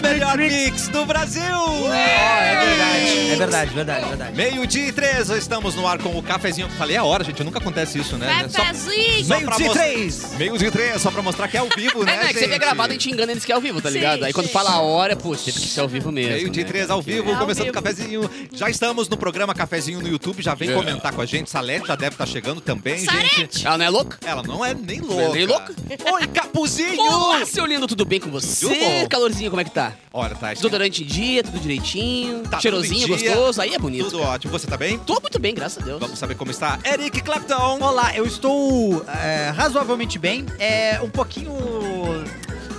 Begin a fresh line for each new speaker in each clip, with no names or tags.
melhor mix do Brasil! Ah,
É verdade, verdade, verdade.
Meio-dia e três, estamos no ar com o cafezinho. Falei a hora, gente, nunca acontece isso, né? Só-
Cafezinho!
só
Meio
pra
de
mos-
três.
Meio-dia e três, só pra mostrar que é ao vivo, né?
É, né? Que você vê
gente?
gravado, a gente engana eles que é ao vivo, tá
Sim,
ligado? Aí quando
sim.
fala a hora, pô, teve que ser ao vivo mesmo.
Meio de
né,
três
cara?
ao vivo,
Ao
começando o
vivo.
cafezinho. Já estamos no programa Cafezinho no YouTube, já vem
Yeah.
comentar com a gente. Salete já deve estar chegando também, gente.
Salete!
Ela não é louca?
Ela não é nem louca.
Nem louca?
Oi, Capuzinho!
Olá, seu lindo, tudo bem com você?
Tudo.
Calorzinho, como é que tá?
Olha, tá.
Desodorante em dia, tudo direitinho,
Tá
cheirosinho,
tudo em dia.
gostoso, aí é bonito.
Tudo ótimo. Você tá bem?
Tô muito bem, graças a Deus.
Vamos saber como está Eric Clapton.
Olá, eu estou é, razoavelmente bem. É um pouquinho.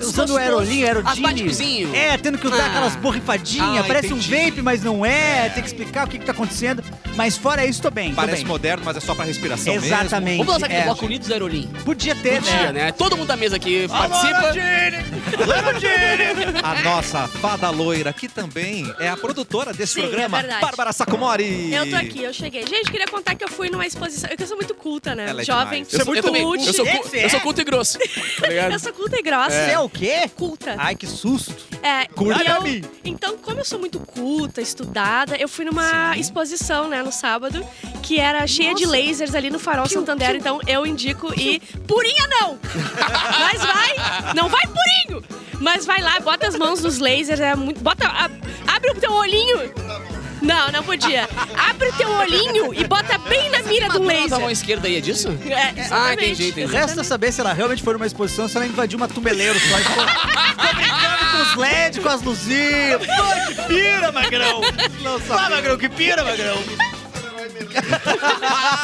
Usando
Gostoso.
o aerolinho,
Asmáticozinho.
aerodinho. É, tendo que usar
Ah.
aquelas borrifadinhas.
Ah,
parece
entendi.
um vape, mas não é. Tem que explicar o que, que tá acontecendo. Mas fora isso, tô bem. tô
Parece
bem.
moderno, mas é só pra respiração mesmo.
Exatamente.
Vamos lançar aqui
é.
no bloco Unidos da Aerolim.
Podia ter,
Dia,
né?
né? Todo mundo da mesa aqui
Alô,
participa.
Nandini! A nossa fada loira, que também é a produtora desse
Sim,
programa,
é verdade.
Bárbara Sacomori.
Eu tô aqui, eu cheguei. Gente, queria contar que eu fui numa exposição. Eu que sou muito culta, né?
Ela é
Jovem.
demais.
Eu, sou- eu também.
culta.
Eu sou, cu-
Esse é.
eu sou culto e grosso. Tá ligado? Ah,
Eu sou culta e grossa.
Você é o quê?
Culta.
Ai, que susto.
É,
Curta
e eu-
a mim.
Então, como eu sou muito culta, estudada, eu fui numa exposição, né, no sábado, que era cheia de lasers ali no Farol Santander, então eu indico e purinha não. Mas vai, não vai purinho. Mas vai lá, bota as mãos nos lasers, é muito, bota a- abre o teu olhinho. Não, não podia. Abre o teu olhinho e bota bem na mira
Tá
de um
a mão
laser.
esquerda aí, é disso?
É,
Ah,
exatamente.
entendi, entendi.
Resta saber se ela realmente foi numa exposição, se ela invadiu uma tumeleiro só. e Ficou ficou brincando com os LED, com as luzinhas. Pô, que pira, magrão. Não sabe. magrão, que pira, magrão.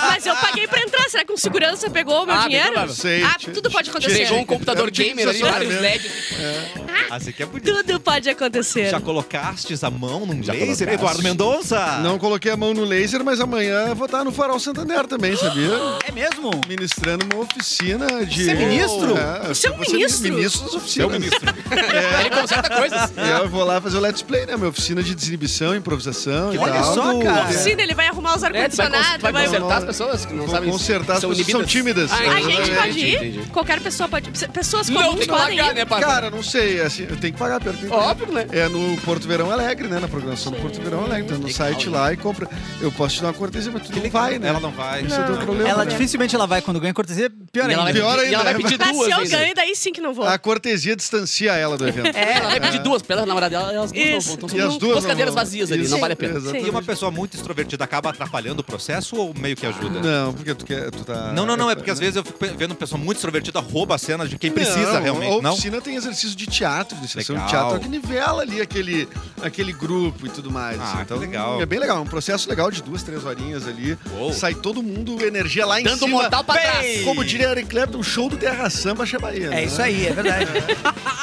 Mas eu paguei pra entrar, será que um segurança pegou o meu
Ah, bem
dinheiro?
provável.
Sei,
ah,
ti-
tudo pode acontecer.
Chegou um computador
Eu tinha
gamer ali, vários
estacionamento.
LEDs.
Assim que é bonito.
Tudo pode acontecer.
Já colocastes a mão num
Já
laser,
colocaste.
Eduardo Mendonça?
Não coloquei a mão no laser, mas amanhã eu vou estar no Farol Santander também, sabia?
É mesmo?
Ministrando uma oficina de.
Você é ministro?
É,
Você é um
eu vou ser
ministro?
Ministro das oficinas.
É.
Ele conserta coisas.
E eu vou lá fazer o Let's Play, né? Minha oficina de desinibição, improvisação e
Olha
tal.
só,
Do-
cara.
Oficina, ele vai arrumar os
É, tu vai, cons-
ar-condicionado.
tu vai
vai-
consertar as pessoas que não
Vou
sabem.
consertar as pessoas que são tímidas.
Ah,
A
Ai,
gente pode
Entendi,
ir.
entendi.
Qualquer pessoa pode. Pe- Pessoas
Não
comuns
tem que
podem
pagar,
ir.
né, Bárbara?
Cara, não sei, assim, eu tenho que pagar, pera, eu tenho que pagar.
Óbvio, né?
É no Porto Verão Alegre, né? Na programação do Porto Verão Alegre. Então, no site lá e compra. Eu posso te dar uma cortesia, mas tu não vai, né?
Ela não vai.
Isso é do problema.
Ela
né?
dificilmente ela vai quando ganha cortesia, pior
E ela, vai,
ainda.
Pior
pedir- e ela
ainda,
vai
né?
pedir
Mas
duas.
se eu
ainda.
ganho, daí sim que não vou.
A cortesia distancia ela do evento.
É, ela vai pedir duas. Pra ela, na hora dela, elas duas não
Isso.
vão. Então,
E as
são
duas
duas
não
cadeiras
vão.
vazias ali,
Isso,
não vale a pena.
exatamente.
E uma pessoa muito extrovertida acaba atrapalhando o processo ou meio que ajuda?
Não, porque tu quer. Tu tá...
Não, não, não, é porque às vezes eu fico pe- vendo uma pessoa muito extrovertida rouba a cena de quem precisa
Não,
realmente,
A
não?
oficina tem exercício de teatro, de sessão
Legal.
de teatro, é que nivela ali aquele, aquele grupo e tudo mais.
Ah,
assim.
que
então,
legal.
É bem legal, é um processo legal de duas, três horinhas ali.
Uou.
Sai todo mundo, energia lá em
Dando
cima. É,
mortal pra
Bem.
trás.
Como diria Eric Clapton, show do Terra Samba Xabaia. né?
É isso aí, é verdade.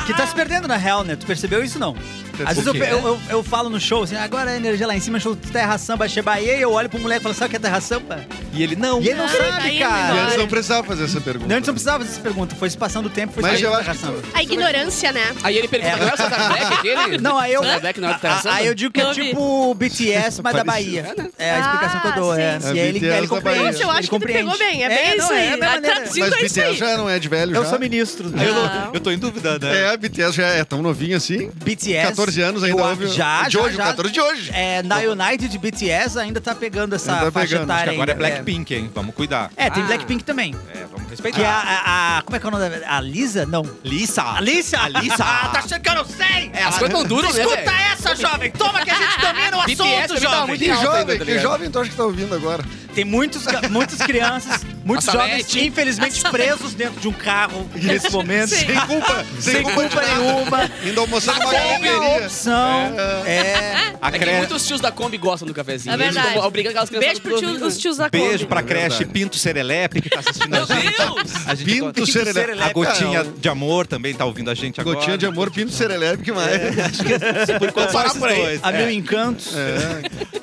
que tá se perdendo na real, né? Tu percebeu isso não? Às vezes eu,
quê?
pe- eu, eu, eu falo no show, assim, agora a energia lá em cima, show terra samba, chebaia, e eu olho pro moleque e falo, sabe o que é terra samba?
E ele não.
E ele não
Ah,
sabe,
daí
E
é
cara.
antes
Olha.
não precisava fazer essa pergunta. né?
Não, antes não precisava dessa pergunta, foi se passando o tempo, foi
Mas
se
eu
passando
acho que
terra samba.
A ignorância, né?
Aí ele pergunta, não era o Cesar Black aquele?
Não, aí eu.
Cesar Black não era o Terra Samba?
Aí eu digo que é
Não vi.
tipo o BTS, mas da Bahia. É a explicação que eu dou. É.
Ah,
E
sim.
aí ele,
É,
ele
BTS da Bahia.
compreende.
Gente, eu acho
ele
que tu
compreende.
pegou bem. É bem
não,
isso
é,
aí.
é a maneira. É.
Traduzindo
Mas
é isso aí.
BTS já não é de velho,
Eu
já.
sou ministro.
né?
Eu,
Eu-
não- eu tô em dúvida, né?
É, a BTS já é tão novinho assim.
BTS.
14 anos ainda,
eu-
óbvio.
Já,
De
já,
hoje,
já.
14 de hoje.
É, na United de BTS ainda tá pegando essa
Ainda tá
faixa
pegando,
etária.
Acho que agora é
ainda,
Blackpink, hein? Vamos cuidar.
É, tem
Ah.
Blackpink também.
É, vamos
Que a,
respeitar.
a, a- Como é que é o nome da. A Lisa? Não.
Lisa!
Alissa?
Alissa!
Ah, tá achando que eu não sei?
É, as coisas tão duras, né,
Escuta
velho?
essa, jovem! Toma que a gente domina o
BTS
assunto,
também tava
jovem!
muito
Que
em alta
jovem,
ainda, tá
que
ligado?
jovem tu acha que tá ouvindo agora?
Tem muitos, ga- muitas crianças, muitos
A
jovens,
Salete.
infelizmente, presos dentro de um carro nesse momento.
Sim.
Sem culpa. Sem culpa nenhuma.
Indo almoçar numa
Sem
galeria.
opção. É.
A
É que
cre-
muitos tios da Kombi gostam do cafezinho.
É
Eles
verdade.
ficam obrigando aquelas crianças
Beijo
a
pro
dormir,
tio,
né?
os tios da
Beijo pra
Kombi.
creche
é verdade.
Pinto Serelepe, que tá assistindo a
Meu
gente.
Deus!
A gente
Pinto serelepe.
A gotinha de amor também tá ouvindo a gente agora.
É. Gotinha de amor, pinto serelepe, que mais?
É.
Por enquanto, só
Parar
esses
por aí.
dois.
A
É.
Mil Encantos.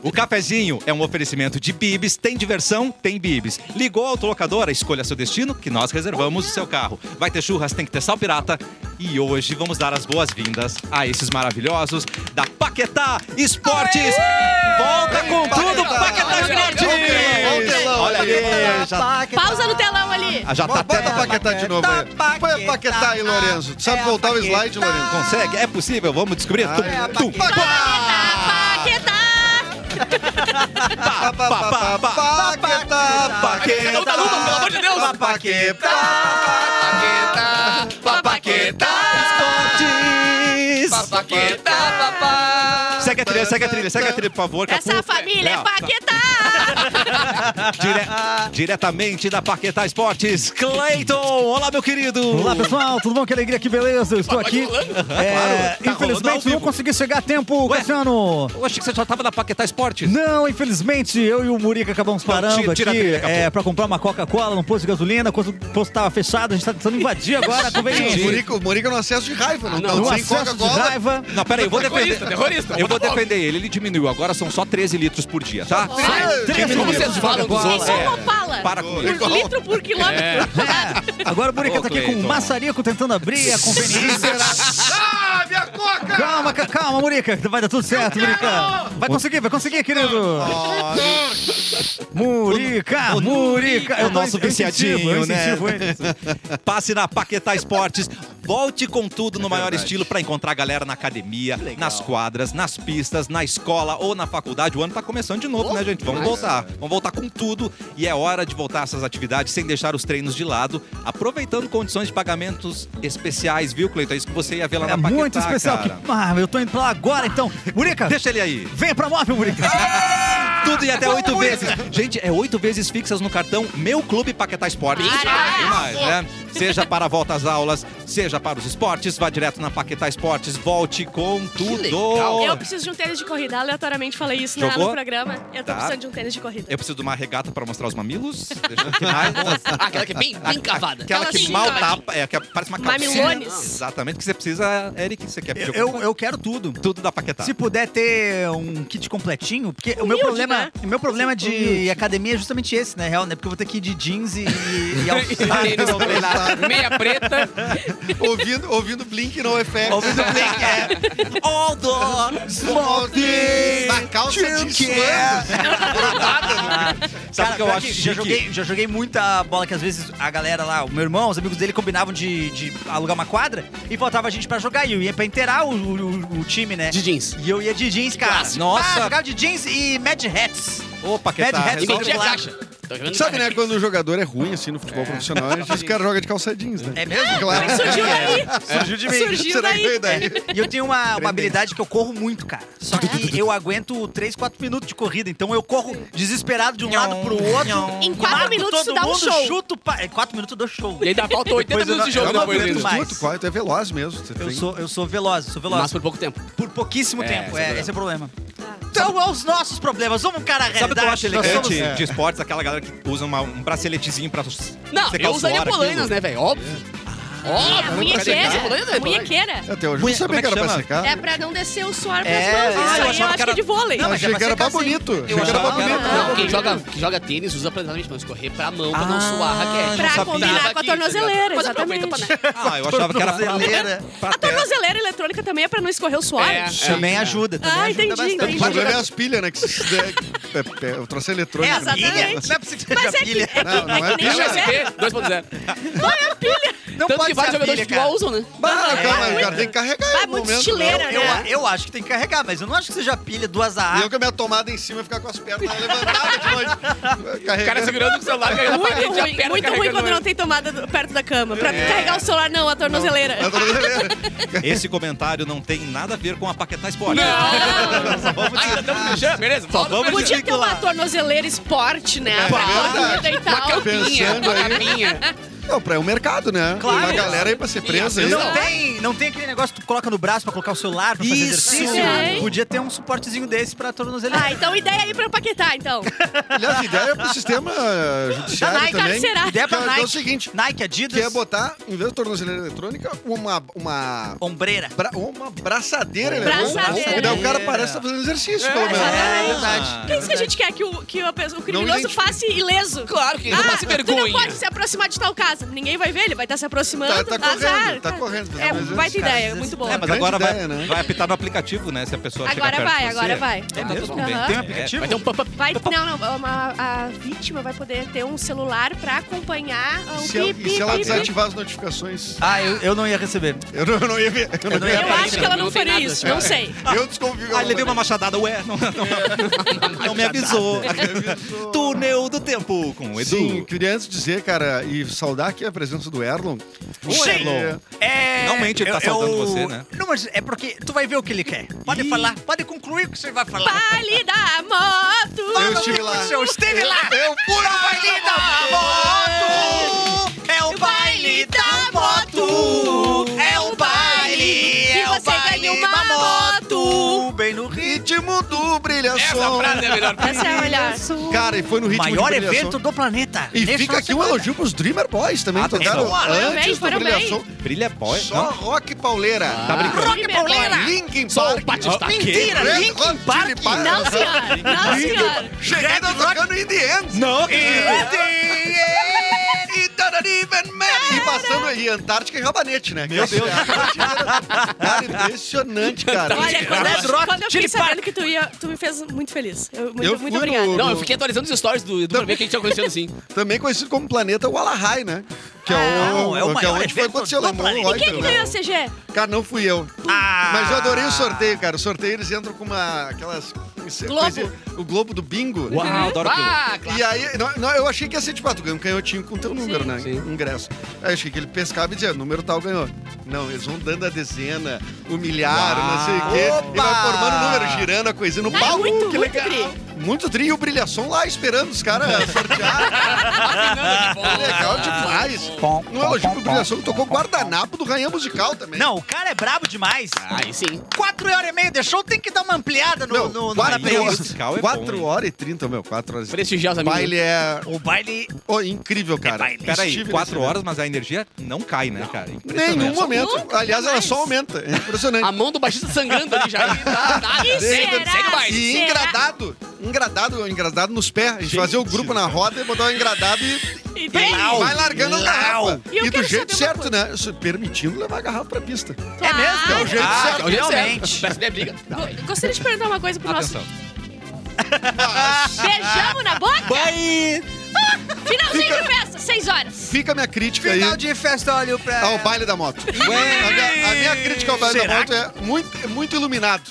O cafezinho é um oferecimento de Bibis. Tem diversão? Tem Bibis. Ligou a autolocadora, escolha seu destino, que nós reservamos o seu carro. Vai ter churras, tem que ter sal pirata. E hoje vamos dar as boas-vindas a esses maravilhosos da Paquetá Esportes. Volta com tudo, Paquetá
Olha o
Esportes!
telão, olha o telão
Olha
ali.
É,
ali, já,
Pausa no telão ali.
já tá
Bota
até...
a Paquetá de novo aí. Põe a Paquetá aí, Lorenzo. Tu
É
sabe voltar o slide, Lorenzo?
Consegue? É possível? Vamos descobrir.
Ah,
Tum,
é a
tum,
Paquetá.
Paquetá, Paquetá.
pá, pá, pá, pá, pá.
Paquetá,
Cada um dá uma, pelo amor de Deus. Papaqueta, papaqueta,
Esportes!
papaqueta, papá.
Segue a trilha, segue a trilha, segue a trilha, por favor.
Essa
Capu.
família é
Não,
Paquetá.
Dire- diretamente da Paquetá Esportes, Clayton! Olá, meu querido!
Olá pessoal, tudo bom? Que alegria, que beleza, eu estou
Tá
aqui.
rolando?
É,
Claro, tá rolando ao
infelizmente
vivo.
não consegui chegar a tempo,
Ué?
Cassiano.
Eu achei que você já tava na Paquetá Esportes.
Não, infelizmente, eu e o Murica acabamos parando
tira- tira a
aqui
trilha, acabou.
é, pra comprar uma Coca-Cola no posto de gasolina. Quando o posto tava fechado, a gente tá tentando invadir agora a
O
conveniência.
Murica, o Murica no é um acesso de raiva, não,
Então,
No
tá sem
um acesso de
Coca-Cola.
raiva.
Não, peraí, eu vou defender.
Terrorista, terrorista.
Eu vou defender ele, ele diminuiu. Agora são só 13 litros por dia, tá?
um
Três,
Três
três
Como
minutos
vocês
de
falam dos
Coca-Cola.
outros?
Isso é uma opala.
Para com isso.
Por Um litro por quilômetro.
É. Agora o Murica tá aqui com
Cleiton.
o maçarico tentando abrir a conveniência.
Ah, minha Coca!
Calma, ca- calma, Murica, vai dar tudo certo, Murica. Vai conseguir, vai conseguir, querido. Murica, Murica.
É o
Eu tô
nosso
in- eu
viciadinho,
incentivo, eu
né?
incentivo ele.
Passe na Paquetá Esportes. Volte com tudo no maior estilo pra encontrar a galera na academia, nas quadras, nas pistas, na escola ou na faculdade. O ano tá começando de novo, né, gente? Vamos voltar.
é.
Vamos voltar com tudo. E é hora de voltar a essas atividades sem deixar os treinos de lado, aproveitando condições de pagamentos especiais, viu, Cleiton? É isso que você ia ver lá
É
na Paquetá,
muito especial.
cara.
que- Ah, eu tô indo pra lá agora, então. Murica,
Deixa ele aí.
venha pra Mop, Murica.
Tudo e até oito vezes. Gente, é oito vezes fixas no cartão Meu Clube Paquetá Esportes.
Caraca!
Demais, né? Seja para a volta às aulas, seja para os esportes, vá direto na Paquetá Esportes, volte com tudo.
legal.
Eu preciso de um tênis de corrida. Aleatoriamente falei isso na-
Jogou?
no programa. Eu tô
Tá.
precisando de um tênis de corrida.
Eu preciso de uma regata para mostrar os mamilos. Deixa eu tirar.
Ah, aquela que é bem, bem cavada.
Aquela
Aquela
que
assim,
mal
ó.
tapa, é, que parece uma calcinha.
Mamilones.
Exatamente, que você precisa, Eric, você quer pedir
Eu, eu quero tudo.
tudo tá? da Paquetá.
Se puder ter um kit completinho, porque o meu
Humilde,
problema,
né?
o meu problema de academia é justamente esse, né, real, né? Porque eu vou ter que ir de jeans e, e, e alçada.
Tênis completo, Meia preta.
ouvindo, ouvindo Blink no FX.
Ouvindo o Blink, é. All the smoking.
Na calça de
Tchuque.
suando.
Sabe o que eu
pior
acho
já
chique?
joguei, já joguei muita bola que às vezes a galera lá, o meu irmão, os amigos dele combinavam de, de alugar uma quadra e faltava gente pra jogar. E eu ia pra inteirar o, o- o time, né?
De jeans.
E eu ia de jeans, cara.
clássico. Nossa.
Ah, jogava de jeans e Mad Hats.
Ô, Paquetá,
Mad Hat
resolve
Igual
Resolve
tinha
lá.
caixa. Tô jogando
Sabe,
caixa.
né, quando o jogador é ruim, assim, no futebol profissional, a gente cara joga de calça jeans, né?
É mesmo?
Claro.
Surgiu daí.
Ah,
Surgiu de mim.
Surgiu
Será que
daí.
veio daí?
E eu tenho uma, uma habilidade que eu corro muito, cara. Só que eu aguento 3, 4 minutos de corrida. Então eu corro desesperado de um lado pro outro.
Em quatro
mato
minutos
todo
tu dá um
mundo,
show.
Chuto pa... Em 4 minutos eu dou show.
E ainda faltou 80 minutos de jogo
é uma
depois
habilidade
disso.
mais.
muito qual, tu é veloz mesmo. Você
Eu
tem-
sou, eu sou veloz, sou veloz.
Mas por pouco tempo.
por pouquíssimo
É,
tempo.
esse é o
É, esse é o problema. Então, aos nossos problemas. Vamos, cara, a
Sabe o que eu acho
realidade. Nós
elegante
somos-
de esportes? Aquela galera que usa uma- um braceletezinho pra s-
Não,
secar
eu
o
usaria
suor, aquilo.
polainas, né, velho? Óbvio. Ah.
É a
Óbvio. né?
munhequeira. A munhequeira.
Até hoje eu não
Punha-
sabia que
como é que
era pra
chama?
secar.
É pra não descer o suor pras
É,
mãos.
ah,
Isso
eu
aí eu
achava
acho
que
que é de vôlei.
Não,
mas
achei
é
que
pra
era pra
secar, sim.
bonito.
Eu
Achei que era pra
achava-
bonito.
Ah,
Não,
ok.
quem joga, quem joga tênis usa planejamento, mas correr pra mão pra não
Ah,
suar a
Pra
raquete. Não sabia.
combinar com a
Aqui, tá ligado?
tornozeleira,
Mas aproveita pra-
exatamente.
Ah, eu achava que era
Tornozeleira.
pra, pra
A
terra.
tornozeleira eletrônica também é pra não escorrer o suor.
É.
Também ajuda, também
Ah,
ajuda
entendi,
bastante.
O
entendi.
problema é as pilhas, né? Que se der, é, é, eu trouxe
É,
eletrônico.
a
né?
Exatamente.
pilha. Não é possível que
Mas
seja
é que, é
pilha.
que,
Não, não
é
é
que nem
pilha.
José.
Pilha USB 2.0.
Ah, é
Não
Tanto
pode
que vários
ser a
jogadores de
pilha,
futebol
cara.
usam, né?
Bah,
É,
cara, o
muito.
cara tem que carregar.
Vai
em algum
É muito
momento,
estileira,
né?
Eu,
né?
eu acho que tem que carregar, mas eu não acho que seja pilha, duas a
E eu com a minha tomada em cima ficar com as pernas levantadas de longe.
O cara
Carregando.
segurando o celular, carregando a parede, a
Muito
perna
ruim, muito ruim
carregando
quando
ele.
não tem tomada do- perto da cama. Pra carregar o celular, não, a tornozeleira.
Eu tô brasileiro.
Esse comentário não tem nada a ver com a Paquetá Ah, Esportes. Só vamos
Ainda
dizer.
estamos mexendo, beleza? Só
vamos
mexer.
Podia ter uma tornozeleira esporte, né?
É
Pra
verdade.
corrida e
Uma
tal.
campinha,
Pensando
uma
aí.
capinha.
Não, pra é o mercado, né?
Claro.
Tem uma galera aí pra ser presa.
E
aí.
assim,
Não tem, não tem aquele negócio que tu coloca no braço pra colocar o celular, pra fazer
Isso.
exercício.
Tem.
Podia ter um suportezinho desse pra tornozeleira.
Ah, então ideia aí pra paquetar, então.
Aliás, ideia é pro sistema judiciário
Vai
também.
encarcerar.
Ideia pra
que é
Nike.
o seguinte,
Nike, Adidas,
que é botar, em vez de tornozeleira eletrônica, uma... uma...
ombreira.
bra- uma braçadeira, eletrônica.
Braçadeira. É,
Daí o cara parece que tá fazendo exercício, pelo menos.
exatamente.
verdade.
Ah,
O que é isso que a gente quer que o, que a pessoa- o criminoso
identifica.
faça ileso?
Claro que não
Ah,
passe
tu não
vergonha.
pode se aproximar de tal casa. casa. Ninguém vai ver, ele vai estar se aproximando.
Tá- tá
Azar.
correndo, tá correndo.
É,
Mas
baita
esse
ideia,
cara-
muito boa.
É, mas
Grande
agora vai,
ideia, né?
vai apitar no aplicativo, né? Se a pessoa chegar
agora
perto
vai,
de você.
agora vai.
É mesmo?
Aham.
Tem- Tem aplicativo?
Vai ter um pop-up.
Vai, não, não, uma- a vítima vai poder ter um celular pra acompanhar ah, o
E se ela,
pi,
e se ela
pi, pi, pi.
desativar as notificações?
Ah, eu, eu não ia receber.
Eu não, eu não ia ver. Eu, não ia
Eu
ver.
acho que ela não,
Não tem
faria
nada,
isso,
senhora.
não sei.
eu desconfio. que
Ah,
ela
levei uma
vai-
machadada, ué. Não, não- não me avisou. Túnel do Tempo com o um Edu.
Sim, queria antes dizer, cara, e saudar aqui a presença do Erlon.
Sim.
Erlon.
É...
Finalmente ele tá saudando você, né?
Não, mas é porque tu vai ver o que ele quer. Pode
Ih.
falar, pode concluir o que você vai falar. Tipo,
Ali da moto!
Eu estive lá.
Eu esteve lá.
Eu fui
É o
lá.
baile da moto. É o baile da moto. É o baile.
E
É o
você
baile
ganha uma
da
moto.
moto. Bem no ritmo.
Ritmo do
Essa
brilhação.
frase é a melhor.
Essa é a melhor.
Cara, e foi no ritmo
Maior
de brilhação.
evento do planeta.
E
Neste
fica
final
aqui
de
um
semana.
elogio pros Dreamer Boys também.
Atenção.
Tocaram
Foram bem,
antes do
foram bem.
brilhação. Ah,
Brilha boy.
Só um.
Não?
rock pauleira.
Tá brincando.
Rock pauleira.
Linkin
Só
Park.
o Pátio está aqui.
Mentira,
Red
Linkin
Hot Chili
Park.
Peppers.
Não, senhora, não, senhora.
Cheguei tá tocando In The End.
Não,
É.
acredito.
E don't even matter. E passando aí, Antártica e Rabanete, né? Meu Deus. Cara, impressionante, cara.
Olha, quando
Red
eu,
Rock
quando eu
Chili
fiquei sabendo
Park.
que tu ia, tu me fez muito feliz. Eu, muito muito
Eu fui no-
obrigada.
Não, eu fiquei atualizando os stories do Edu pra ver quem tinha conhecido assim.
Também conhecido como Planeta Walahai, né? Que é
Ah,
o,
não, é o
que é
maior
onde foi
evento
quando se alamou
do planeta.
o
E quem é que ganhou a CG?
Cara, não fui eu.
Ah.
Mas eu adorei o sorteio, cara. O sorteio eles entram com uma. aquelas. coisa- o globo do bingo.
Uau, adoro aquilo.
Ah, claro.
E aí, não, não, eu achei que ia ser tipo, ah, tu ganha um canhotinho com teu número, né?
Sim.
Ingresso. Aí eu achei que ele pescava e dizia, número tal ganhou. Não, eles vão dando a dezena, o milhar, não sei o quê. E vai
Opa!
formando o número, girando a coisinha no
Ah,
pau.
muito, muito
que legal.
tri.
Muito tri e o brilhação lá esperando os caras sortear.
Ah,
legal demais.
Pom,
Um
pom,
elogio
pom,
pro brilhação que tocou guardanapo do Rainha Musical também.
Não, o cara é brabo demais.
Aí sim.
Quatro horas e meia de show tem que dar uma ampliada no,
Ah. Não,
no, na
quatro,
Rainha
playlist.
horas,
Musical é bom,
quatro
hein?
horas e trinta, meu. Quatro horas e trinta.
Prestigiar os
O
amigos.
baile é
O baile.
oh, incrível, cara.
baile.
Peraí,
Estive
quatro
nesse
horas, mas a energia não cai, né, cara?
Em nenhum
Impressionante.
momento.
Nunca
Aliás, ela
mais.
só aumenta. É impressionante.
A mão do baixista sangrando ali já. Ele tá- tá-
E
Segue
será?
segue o baile.
E
Será?
engradado. Engradado, engradado nos pés. A gente, fazia o grupo na roda e botar o engradado e
E
Bem,
daí?
vai largando a
Lau.
garrafa.
E eu
E, do
quero
jeito
saber uma
certo, né? Isso, permitindo levar a garrafa pra pista.
É mesmo?
Claro.
É o jeito
Ah,
certo.
É o jeito certo.
Realmente.
Parece que é briga.
Tá
Go- Gostaria de perguntar uma coisa pro nosso.
Atenção.
Beijamos na boca?
Vai.
Finalzinho de festa, seis horas.
Fica a minha crítica aí
Final de festa, olho pra.
ao baile da moto. A minha, a minha crítica ao baile
Será
da moto é muito, é muito iluminado.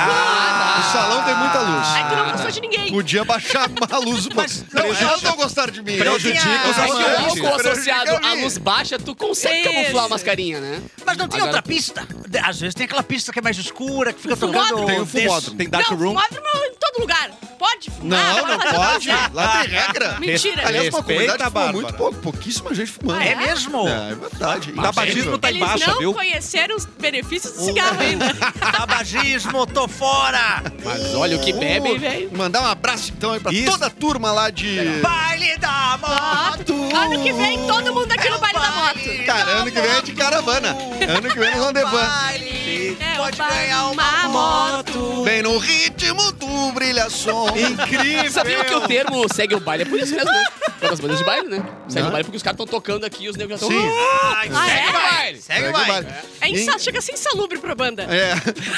Ah,
o salão tem muita
Aí
luz.
tu É não gostou de ninguém.
Podia baixar a luz um pouco.
Mas não,
Elas não, vão gostar de mim.
Prejudica
Eu-
os
É que o
Prejudica
álcool
mim.
associado à luz baixa, tu consegue
Isso.
camuflar umas carinhas, né?
Mas não tem
Agora-
outra pista? De- Às vezes tem aquela pista que é mais escura, que fica
Fumódromo.
tocando.
Tem o
desse-
fumódromo.
Tem um Dark
Não,
Room.
fumódromo em todo lugar. Pode fumar,
Não, não
pode fazer o que
pode.
quiser.
Lá tem regra.
Mentira.
Aliás, uma
Respeita,
comunidade que fuma
Bárbara.
muito pouco, pouquíssima gente fumando.
Ah,
É
É?
mesmo?
É, é verdade.
Tabagismo tá em
Eles
baixa,
não
viu?
conheceram os benefícios do cigarro ainda.
Tabagismo, tô fora!
Mas olha o que
É
bebe,
Uh,
velho.
Mandar um abraço então aí pra
Isso.
toda a turma lá de.
Baile da moto! É
Ano que vem, todo mundo aqui no baile da moto.
Cara, ano que vem é de caravana. Ano que vem nós vamos de van.
Baile,
É,
pode
o baile
ganhar
da
uma moto!
Bem no ritmo do brilhação.
Incrível!
Sabia que o termo segue o baile é por isso mesmo, né? Todas as bandas de baile, né? Segue
Não.
o baile porque os caras estão tocando aqui e os negros já estão...
Sim.
Ai,
Ah,
segue
é?
o baile!
Segue
Segue o
o
baile!
baile.
É
Em-
insa- Chega a ser insalubre pra banda.
É.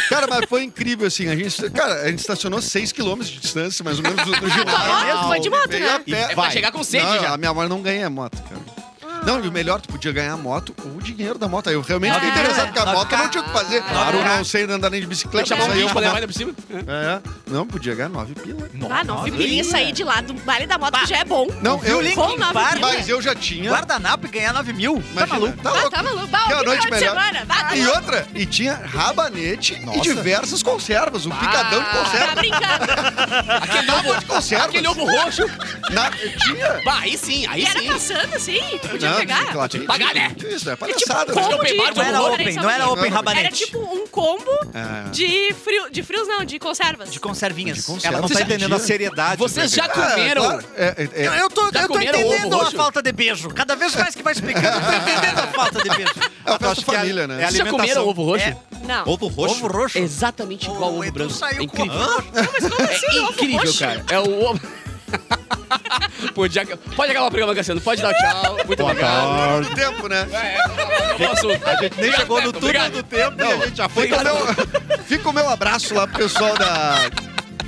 Cara, mas foi incrível, assim. A gente, cara, a gente estacionou 6km de distância, mais ou menos, do, do ginásio.
Ah, moto foi de moto,
Veio
né?
a pé.
É pra chegar com sede
Não,
já.
A minha mãe não ganha moto, cara.
Ah.
Não, e o melhor, tu podia ganhar a moto ou o dinheiro da moto. Aí Eu realmente fiquei
Ah,
interessado com a
nove
moto, eu não
K.
tinha o que fazer.
ah,
Claro, eu não sei andar nem de bicicleta.
Chamar um
mas aí eu
bicho pra
né,
levar
fumava.
ainda por cima.
É, não, podia ganhar 9 pila.
Ah, não, pilinha sair de lá do baile da moto que já é bom.
Não, eu,
Viu, Linkin
Com nove
Park?
pila.
mas eu já tinha.
Guardanapo e ganhar 9 mil? Tá
Imagina,
maluco?
Tá
Ah,
louco.
tá maluco. Bah,
Que é a
que
noite
final de
melhor.
semana. Bah, tá
E
louco.
outra, e tinha rabanete e
Nossa.
diversas conservas, um picadão de
Tá
conserva.
brincando.
Aquele ovo,
de conserva.
aquele ovo roxo.
Na, tinha.
Bah, aí sim, aí
E era
sim.
passando assim? Tu podia
Não,
pegar?
claro, tinha-
Pagar, né?
Isso, é
É tipo
palhaçada.
um
né?
Não
combo de...
tem bar,
de
Não era
horror,
open,
hein,
não era
Salvador?
open
Era
rabanete.
tipo um combo
Ah.
de frio... De frios, não, de conservas.
De conservinhas.
conserva.
Ela não
Você
tá
já-
entendendo a seriedade.
Vocês
do
já
evento.
Ah,
comeram.
claro, é, é, é.
Eu, eu tô,
Já
eu tô
comeram ovo
entendendo a
roxo?
falta de beijo. Cada vez mais que vai explicando,
tá
eu tô entendendo a falta de beijo.
É o
Eu
festa
acho que é-
família, né?
é
Vocês já
alimentação.
comeram ovo roxo?
É.
Não.
Ovo roxo.
Ovo roxo?
Exatamente igual
O
ovo
Edu
branco. É
saiu com
incrível.
a-
Mas como assim?
É
ovo
incrível,
roxo?
cara. É o ovo. Podia... Pode acabar o programa, Cassiano. Pode dar tchau. Muito obrigado. É,
Não deu Ah, tempo, né?
Nosso... A gente
Nem chegou no túnel
Tá Obrigado.
do tempo e a gente já foi.
Fica o, meu, fica o meu abraço lá pro pessoal da,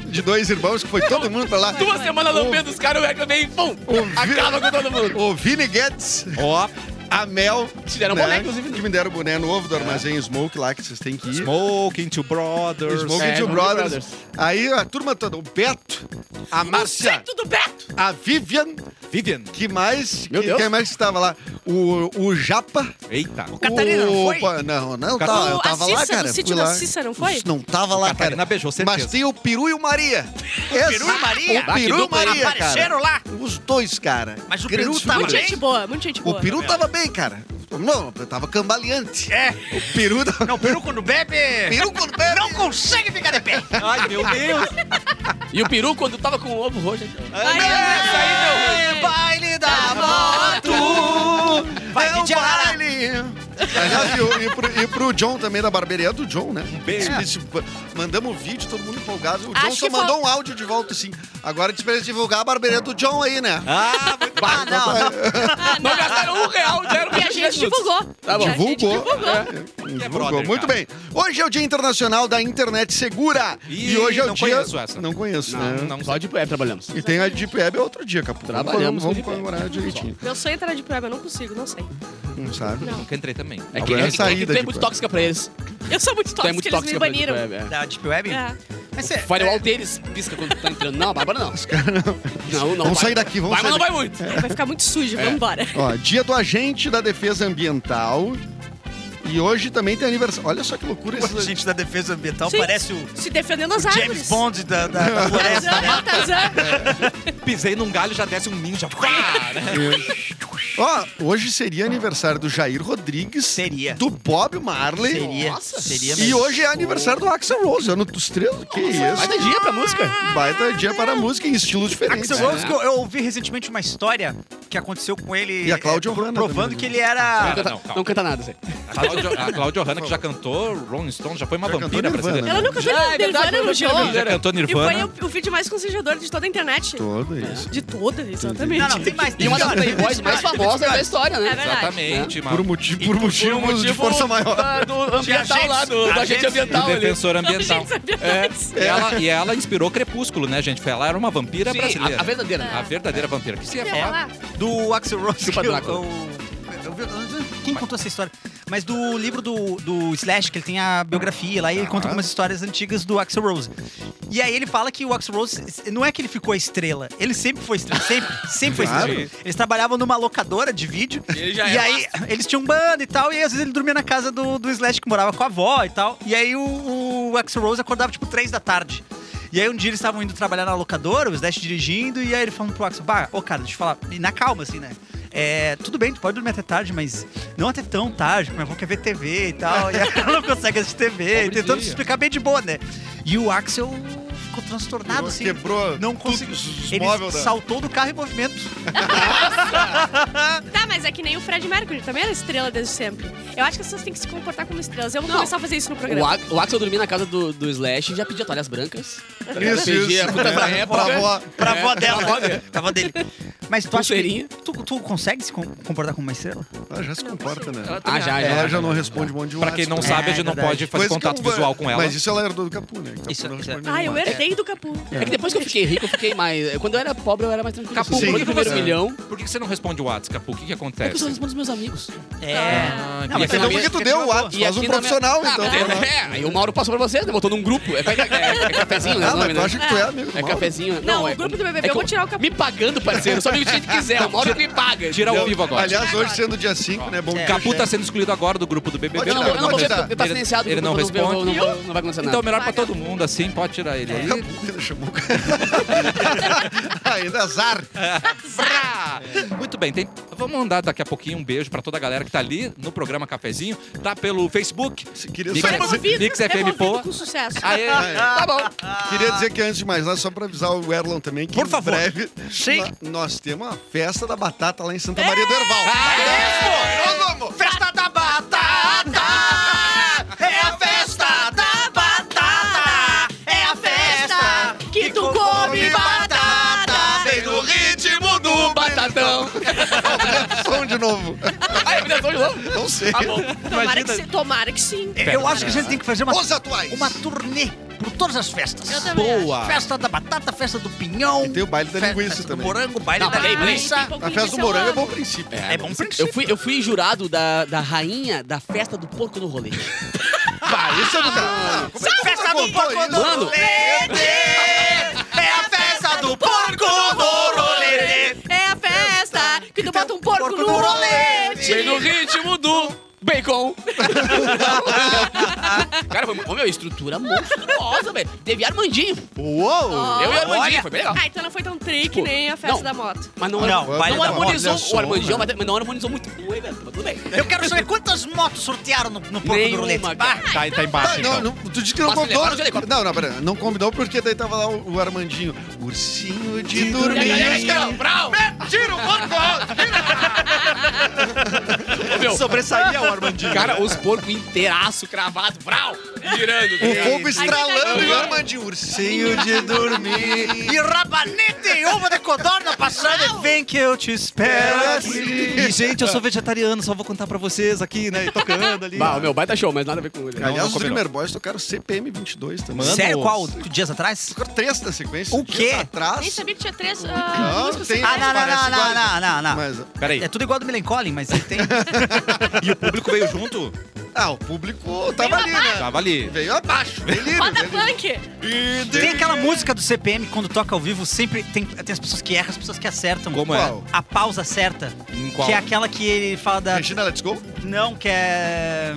de dois irmãos, que foi todo mundo pra lá.
Duas semanas lambendo os caras, o Eric também, pum, acaba com todo mundo.
O Vini Guedes,
Ó,
a Mel.
Te deram boné, inclusive, né?
Que me deram boné novo do Armazém Smoke lá, que vocês têm que ir.
Smoking to Brothers.
Smoke
É,
Two
Smoke
Brothers.
Brothers.
Aí a turma toda, o Beto, a Márcia,
Tudo Beto!
a Vivian,
Vivian.
que mais?
Meu
que-
Deus.
Quem mais que estava lá? O, o Japa.
Eita.
Catarina, não foi?
Opa, não, não, tá,
Catarina.
eu
O-
tava
a
lá,
Cissa,
cara.
do sítio
fui
da
lá.
Cissa, não foi?
Não tava lá, cara.
Catarina beijou, certeza.
Mas tem o Peru e o Maria. O
Peru e Maria?
O
Ah, que
Peru e o
dupla, hein?
Maria, cara.
Apareceram lá.
Os dois, cara.
Mas o
Grandes
Peru tava
figuras.
Muito
bem?
gente boa, muito gente boa.
O Peru tava bem, cara. Não, tava cambaleante.
É.
O Peru tava...
Não, peru quando bebe.
Peru quando bebe.
Não consegue ficar de pé.
Ai, meu Deus.
E o peru, quando tava com o ovo roxo... assim,
é
Ai,
Essa aí deu
então.
ruim.
É baile da moto. Vai,
É o
DJ.
baile. Aliás, e, o- e pro, e pro John também da barbearia do John, né?
beijo.
Eles- Mandamos o vídeo, todo mundo empolgado. O John
Acho
só
que fal-
mandou um áudio de volta assim. Agora a gente precisa divulgar a barbearia do John aí, né?
Ah, muito bom.
Ah, não.
Não gastaram um real, deram
E a gente divulgou.
Tá bom.
A gente divulgou.
É, Divulgou.
brother,
Muito
cara.
bem. Hoje é o Dia Internacional da Internet Segura.
Ih,
e hoje é o
não
dia.
conheço essa.
Não conheço, né?
Não, não, só de pé trabalhamos.
E tem a Deep Web é outro dia, Capu.
Trabalhamos
Vamos,
com Deep
vamos comemorar direitinho.
Meu sonho é entrar de prova, eu não consigo, não sei.
Não sabe?
Não.
Nunca entrei também.
É que,
Alguém
é, que- é, que
saída
tu é
de
muito
pé.
tóxica pra eles.
Eu sou muito
Tu é
tóxica,
muito
eles me
tóxica pra eles.
baniram.
é, é.
Da Deep Web?
É.
Mas cê-
O firewall deles pisca quando tu tá entrando. Não, a Bárbara não. Não, não.
Vamos
vai.
sair daqui, vamos
Vai, mas não
sair
vai muito.
Vai ficar muito sujo,
É.
vambora.
Ó, dia do agente da defesa ambiental. E hoje também tem aniversário. Olha só que loucura
O
esses
agente da defesa ambiental
Sim.
parece o
Se defendendo as
James
árvores.
Bond da, da, da floresta.
Tarzan,
né?
Tarzan.
Pisei num galho, já desce um ninja. né?
Ó, hoje seria aniversário do Jair Rodrigues.
Seria.
Do Bob Marley.
Seria. Seria
E
mesmo.
hoje é aniversário do Axel Rose. Ano dos três. Que
Vai
isso?
dar dia pra música.
Ah.
Baita dia para a música em estilos diferentes. né?
Axel Rose, que eu, eu ouvi recentemente uma história que aconteceu com ele.
E a Cláudia
eh, pro-
Hanna
Provando
também.
que ele era.
Não, calma.
Não canta nada, Zé.
A Claudio- A Claudia Hanna, que já cantou Rolling Stone, já foi uma
Já cantou
vampira
Nirvana.
brasileira.
né? Ela nunca
Já,
viu
é verdade,
Nirvana no
eu
jogo.
não
Já cantou
E foi
Nirvana.
o, o vídeo mais constrangedor de toda a internet.
Todo isso.
De toda, exatamente.
Não, não, tem mais.
E uma das playboys mais famosas da história, né?
É verdade.
Exatamente,
Por, um
mano.
motivo, por motivos de força maior.
da- do ambiental lá, do, do agente
Agentes.
ambiental ali.
Defensora ambiental.
É.
E ela, e ela inspirou Crepúsculo, né, gente? Ela era uma vampira
Sim,
brasileira.
a, a verdadeira.
A
É.
verdadeira vampira. O que você ia
Quer
falar?
falar?
Do Axel Rose.
Chupa
que eu-
Drácula.
eu- eu vi- eu- Quem contou essa história? Mas do livro do, do Slash, que ele tem a biografia lá, e ele conta algumas histórias antigas do Axel Rose. E aí ele fala que o Axel Rose, não é que ele ficou a estrela, ele sempre foi estrela, sempre, sempre foi
Claro.
estrela. Eles trabalhavam numa locadora de vídeo,
E ele já
e
era
aí eles tinham banda e tal, e às vezes ele dormia na casa do, do Slash, que morava com a avó e tal, e aí o, o Axel Rose acordava tipo três da tarde. E aí um dia eles estavam indo trabalhar na locadora, o Slash dirigindo, e aí ele falando pro Axel, bah, ô cara, deixa eu falar, e na calma assim, né? É, tudo bem, tu pode dormir até tarde, mas não até tão tarde, porque minha avó quer ver TV e tal, e ela não consegue assistir TV,
Pobre
tentando
dia.
se explicar bem de boa, né? E o Axel ficou transtornado, assim.
Quebrou
Não
tudo,
conseguiu.
os
Ele
móveis da-
saltou do carro em movimento.
Tá, mas é que nem o Fred Mercury, também era estrela desde sempre. Eu acho que as pessoas têm que se comportar como estrelas. Eu vou
Não.
começar a fazer isso no
O,
programa.
Ax- o Axel dormia na casa do, do Slash e já pedia toalhas brancas. Tá ligado?
Isso,
Pedia
isso.
frutas da
É,
época.
pra avó.
Pra
É,
avó dela.
pra avó dele.
Pra avó dele. Mas tu acha que
Pulseirinha.
tu, tu consegue se com- comportar como uma estrela?
Ela já se comporta, né?
Ah, já, já.
Ela já não responde um monte de
Pra quem não sabe, a gente não
verdade.
pode fazer contato visual com ela.
Mas isso ela herdou do Capu, né? Capu
Isso-
não
isso é-
responde
Ah, eu
nenhum WhatsApp.
herdei do Capu.
É que depois que eu fiquei rico, eu fiquei mais. Quando eu era pobre, eu era mais tranquilo.
Capu,
Assim,
por
Quando
que
eu primeiro
você-
milhão,
Por que você não responde o WhatsApp, Capu? O que, que
é que eu só
acontece?
respondo os meus amigos.
Ah,
Não, mas
e
é
Então
aqui
por
na
que
minha-
tu deu o WhatsApp?
E
Faz um
aqui na minha-
profissional,
Ah,
então.
mas é, é, aí o Mauro passou pra você, né? botou num grupo. É, é- é cafezinho, né? o
Ah,
nome,
mas tu
né?
acha que tu é amigo do
É
Mauro?
cafezinho.
Não, o
é
grupo
como-
do BBB,
é
eu vou
como-
tirar o Capu.
Me pagando, parceiro. Só amigo do jeito que quiser. O Mauro me paga.
Tira ao vivo agora.
Aliás, hoje sendo dia 5, né? Bom
O
dia.
Capu tá sendo excluído agora do grupo do BBB.
Eu não, eu não vou
Pode
ver,
tirar.
porque tá silenciado.
Ele não
eu eu
responde.
Não, vou- não vai acontecer nada.
Então, melhor pra todo mundo, assim, pode tirar ele. Aí,
Capu, ele chamou o cara. Ainda azar.
Brá! Muito bem, tem- vamos mandar daqui a pouquinho um beijo pra toda a galera que tá ali no programa Cafezinho, tá pelo Facebook.
Se Queria
Fica-
só dizer- É,
Removido,
Mix FM
removido
Poa.
com sucesso.
Aê,
Tá bom.
Queria dizer que antes de mais nada, só pra avisar o Erlon também que
Por
em
favor.
breve
Sim.
nó- nós temos uma festa da batata lá em Santa Maria do Herval. É isso! Nós vamos!
Festa da batata! É a festa da batata! É a
festa que tu come batata,
Não. Aumenta o som de novo.
Ai, eu me deu um de novo.
Não sei.
Tá bom.
Tomara que,
Imagina-
sim, tomara que sim.
Eu acho que a gente tem que fazer uma,
Os atuais.
uma turnê por todas as festas.
Eu também.
Boa.
Festa da batata, festa do pinhão.
E tem o baile da
fe-
linguiça
festa
também.
do morango, baile
Não,
da
peraí, peraí.
linguiça.
Ai,
A festa do
eu
morango é
amo.
bom princípio.
É bom princípio.
Eu fui, eu fui jurado da, da rainha da festa do porco no rolê.
Bah, isso eu nunca... Ah, como é que
Festa
nunca
do
contou
porco
isso?
no
Mano.
rolê. É a festa do porco no rolê.
É a festa que tu bota um porco,
Porco
no
no
rolete.
Vem no ritmo do bacon. Cara, foi, ô, meu, estrutura monstruosa, velho. Teve Armandinho.
Uou!
Eu e Armandinho,
Olha.
foi bem legal.
Ah, então não foi tão tri que
Tipo,
nem a festa
não.
da moto.
Mas não,
Não,
não,
vai
não
dar
harmonizou
olha só,
o Armandinho, mas, mas não harmonizou muito o evento, mas tudo bem.
Eu quero saber quantas motos sortearam no, no porco Um do
Nenhuma,
rolê.
cara.
Bah,
Tá, tá
Tá,
embaixo,
não,
então.
não, tu disse que não
Posso
contou.
levar no helicóptero?
Não, não, pera. Não combinou porque daí tava lá o o Armandinho. Ursinho de
E a galera,
dormir.
escravo, brau.
Tira o banco alto!
Ô, meu,
é
Sobressaía o Armandinho.
Cara, os porcos inteiraço, cravado, brau, girando.
O fogo estralando
Ai,
e o Armandinho. Ursinho de dormir.
E rabanete e ovo de codorna passando e vem que eu te espero.
E, gente, eu sou vegetariano, só vou contar pra vocês aqui, né? e Tocando ali.
Bah, o meu baita show, mas nada a ver com ele.
Aliás, os
combinou.
Dreamer Boys tocaram CPM 22 também.
Mano.
é
Sério, qual? Dias atrás?
Tocaram três na sequência.
O quê?
Dias Atrás.
Nem sabia que tinha três ah,
Não,
músicas
tem-
seguidas.
Ah, não, não,
não,
iguais.
não, não.
Mas,
Peraí,
É tudo igual do Melancholy, mas tem.
e o público veio junto?
ah, o público tava ali, né?
Tava ali.
Veio abaixo. Delírio.
Roda
delírio.
punk.
E
tem aquela música do CPM quando toca ao vivo, sempre tem, tem as pessoas que erram, as pessoas que acertam.
é?
Como
Qual?
A pausa certa,
é? Em qual?
que é aquela que ele fala da.
Regina, let's go.
Não, que é.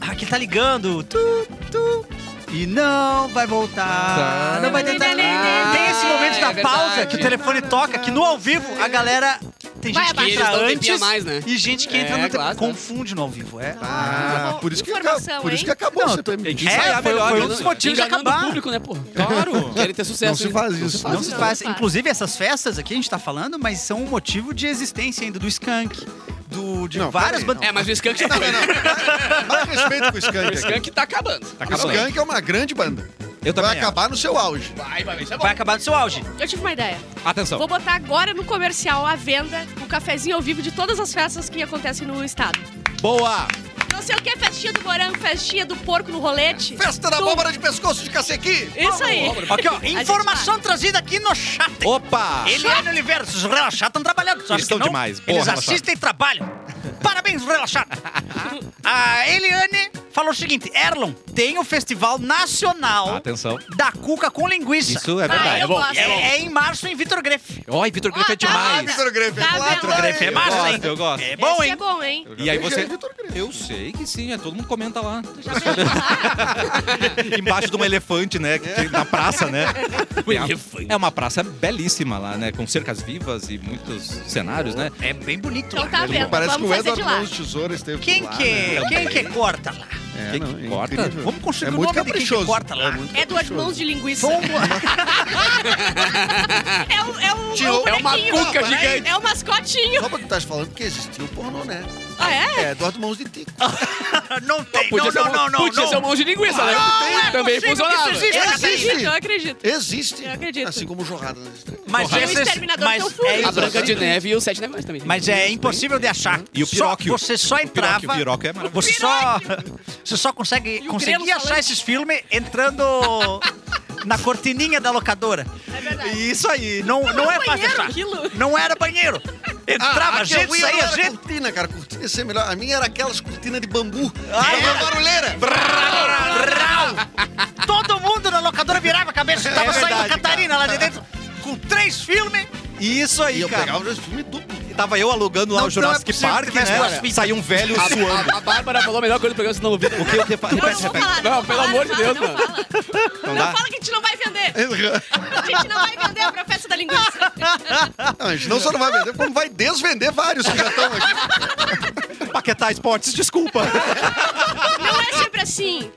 Ah, que ele tá ligando. Tu, tu. E não vai voltar.
Tá.
Não vai tentar.
Ah,
tem esse momento
é
da
verdade.
pausa que o telefone toca, que no ao vivo a galera. Tem
Vai
gente que
abaixar.
entra
Eles dão um tempinho
antes
a mais, né?
e gente que
É,
entra no tempo.
claro, né?
Confunde no ao vivo, é.
Ah, por isso que,
Informação,
acabou, por isso
hein?
que acabou
Não,
o CPM
Tem que
22.
ensaiar melhor.
foi um
né?
dos motivos de
Enganando
acabar. É.
o público, né, porra?
Claro.
Querem ter sucesso.
Não se
hein?
faz
Não se
isso.
faz
Não se
Não,
faz.
não faz.
Inclusive, essas festas aqui a gente tá falando, mas são um motivo de existência ainda do Skank. Do, de
Não,
várias
peraí,
bandas.
É, mas o Skank já foi.
Mais respeito com o
O
Skank. aqui.
Skank tá acabando.
Tá
O
acabando.
Skank é uma grande banda.
Eu
Vai
também. acho.
acabar no seu auge.
Vai, vai, vai, isso é bom.
Vai acabar do seu auge.
Eu tive uma ideia.
Atenção.
Vou botar agora no comercial à venda o cafezinho ao vivo de todas as festas que acontecem no estado.
Boa!
Não sei o que, festinha do morango, festinha do porco no rolete.
Festa da abóbora de pescoço de cacequi.
Isso aí.
Aqui, ó.
gente
Informação trazida aqui no chat.
Opa!
Eliane Oliveira, os relaxados estão trabalhando. Só
Eles
que
estão
não,
demais. Boa,
Eles
relaxado.
assistem e trabalham. Parabéns, relaxados. A Eliane falou o seguinte: Erlon, tem o Festival Nacional
Atenção.
da Cuca com
Ah,
Linguiça.
Isso é
Ah,
verdade.
eu
bom,
gosto.
É, é em março em Vitor Greff.
Oi, Vitor Greff é
Ah, tá.
Ah,
demais.
Vitor Grefe,
Tá
claro.
vendo?
Greff é
Eu
massa, hein?
gosto, eu gosto.
É bom,
Esse
hein?
é bom, hein?
E aí você.
Vitor Grefe.
Eu sei que sim, é, todo mundo comenta lá.
Tu já fez lá?
Embaixo de um elefante, né? que tem na praça, né?
O elefante.
É uma praça belíssima lá, né? Com cercas vivas e muitos cenários, né?
É bem bonito.
Então tá vendo.
Parece
Vamos
que o
fazer de
Edward
lá.
Mãos de Tesoura esteve
Quem
por lá,
que,
né?
quem que corta lá?
É,
Quem
não,
que
é
corta?
incrível.
Vamos construir
É
o
muito
nome de quem
caprichoso.
que corta lá. né?
É duas mãos de linguiça.
Vamos-
É um, é um,
Tio,
é um
é uma
bonequinho.
cuca gigante.
É um mascotinho.
Só pra que tu tá falando que existiu pornô, né?
Ah, é?
É, Eduardo Mãos de Tico.
não tem,
Podia
não,
ser
não,
um-
não, não. Ah,
Podia ser um mão de linguiça, né?
Não,
Também funcionava.
existe.
Eu
É, Existe.
acredito, eu acredito.
Existe.
Eu acredito.
Assim como Jorrada nas Estrelas.
Mas,
Tem o
esses-
Exterminador
mas,
do Teu Furo.
é,
A
isso.
Branca de Neve e o Sete Negócios também.
mas é impossível de achar.
E o
só,
Piróquio.
Você só
Piróquio,
entrava...
o Piróquio é maravilhoso.
Você só, você só consegue
o
conseguia
Grelo
achar
falando.
esses filmes entrando na cortininha da locadora.
É verdade.
Isso aí. Não, não, é
era
fácil
banheiro
achar.
aquilo.
Não era banheiro. Entrava
Ah, a
gente, saía gente.
cortina, cara. Cortina ia ser melhor. A minha era aquelas cortinas de bambu.
Ah,
Ah,
é?
é? barulheira.
Todo mundo na locadora virava a cabeça. Tava saindo a
verdade,
Catarina lá de dentro com três filmes.
Isso
E
aí,
eu
cara.
pegava os filmes duplo.
Tava eu alugando lá
Não,
o Jurassic
não é possível
Park,
que tivesse duas
né?
fitas.
Saiu um velho suando.
A, a Bárbara falou a melhor coisa do programa, vocês não ouviram.
O que eu te
Eu não
Repete,
vou
repete.
falar.
Não,
vou
pelo
falar,
amor de
fala,
Deus,
não
mano.
fala.
Não
Não
dá?
fala que a gente não vai vender. A gente não vai vender pra festa da linguiça.
Não, a gente não só não vai vender, como vai desvender vários que já estão aqui.
Paquetá Esportes, desculpa.
Não é sempre assim.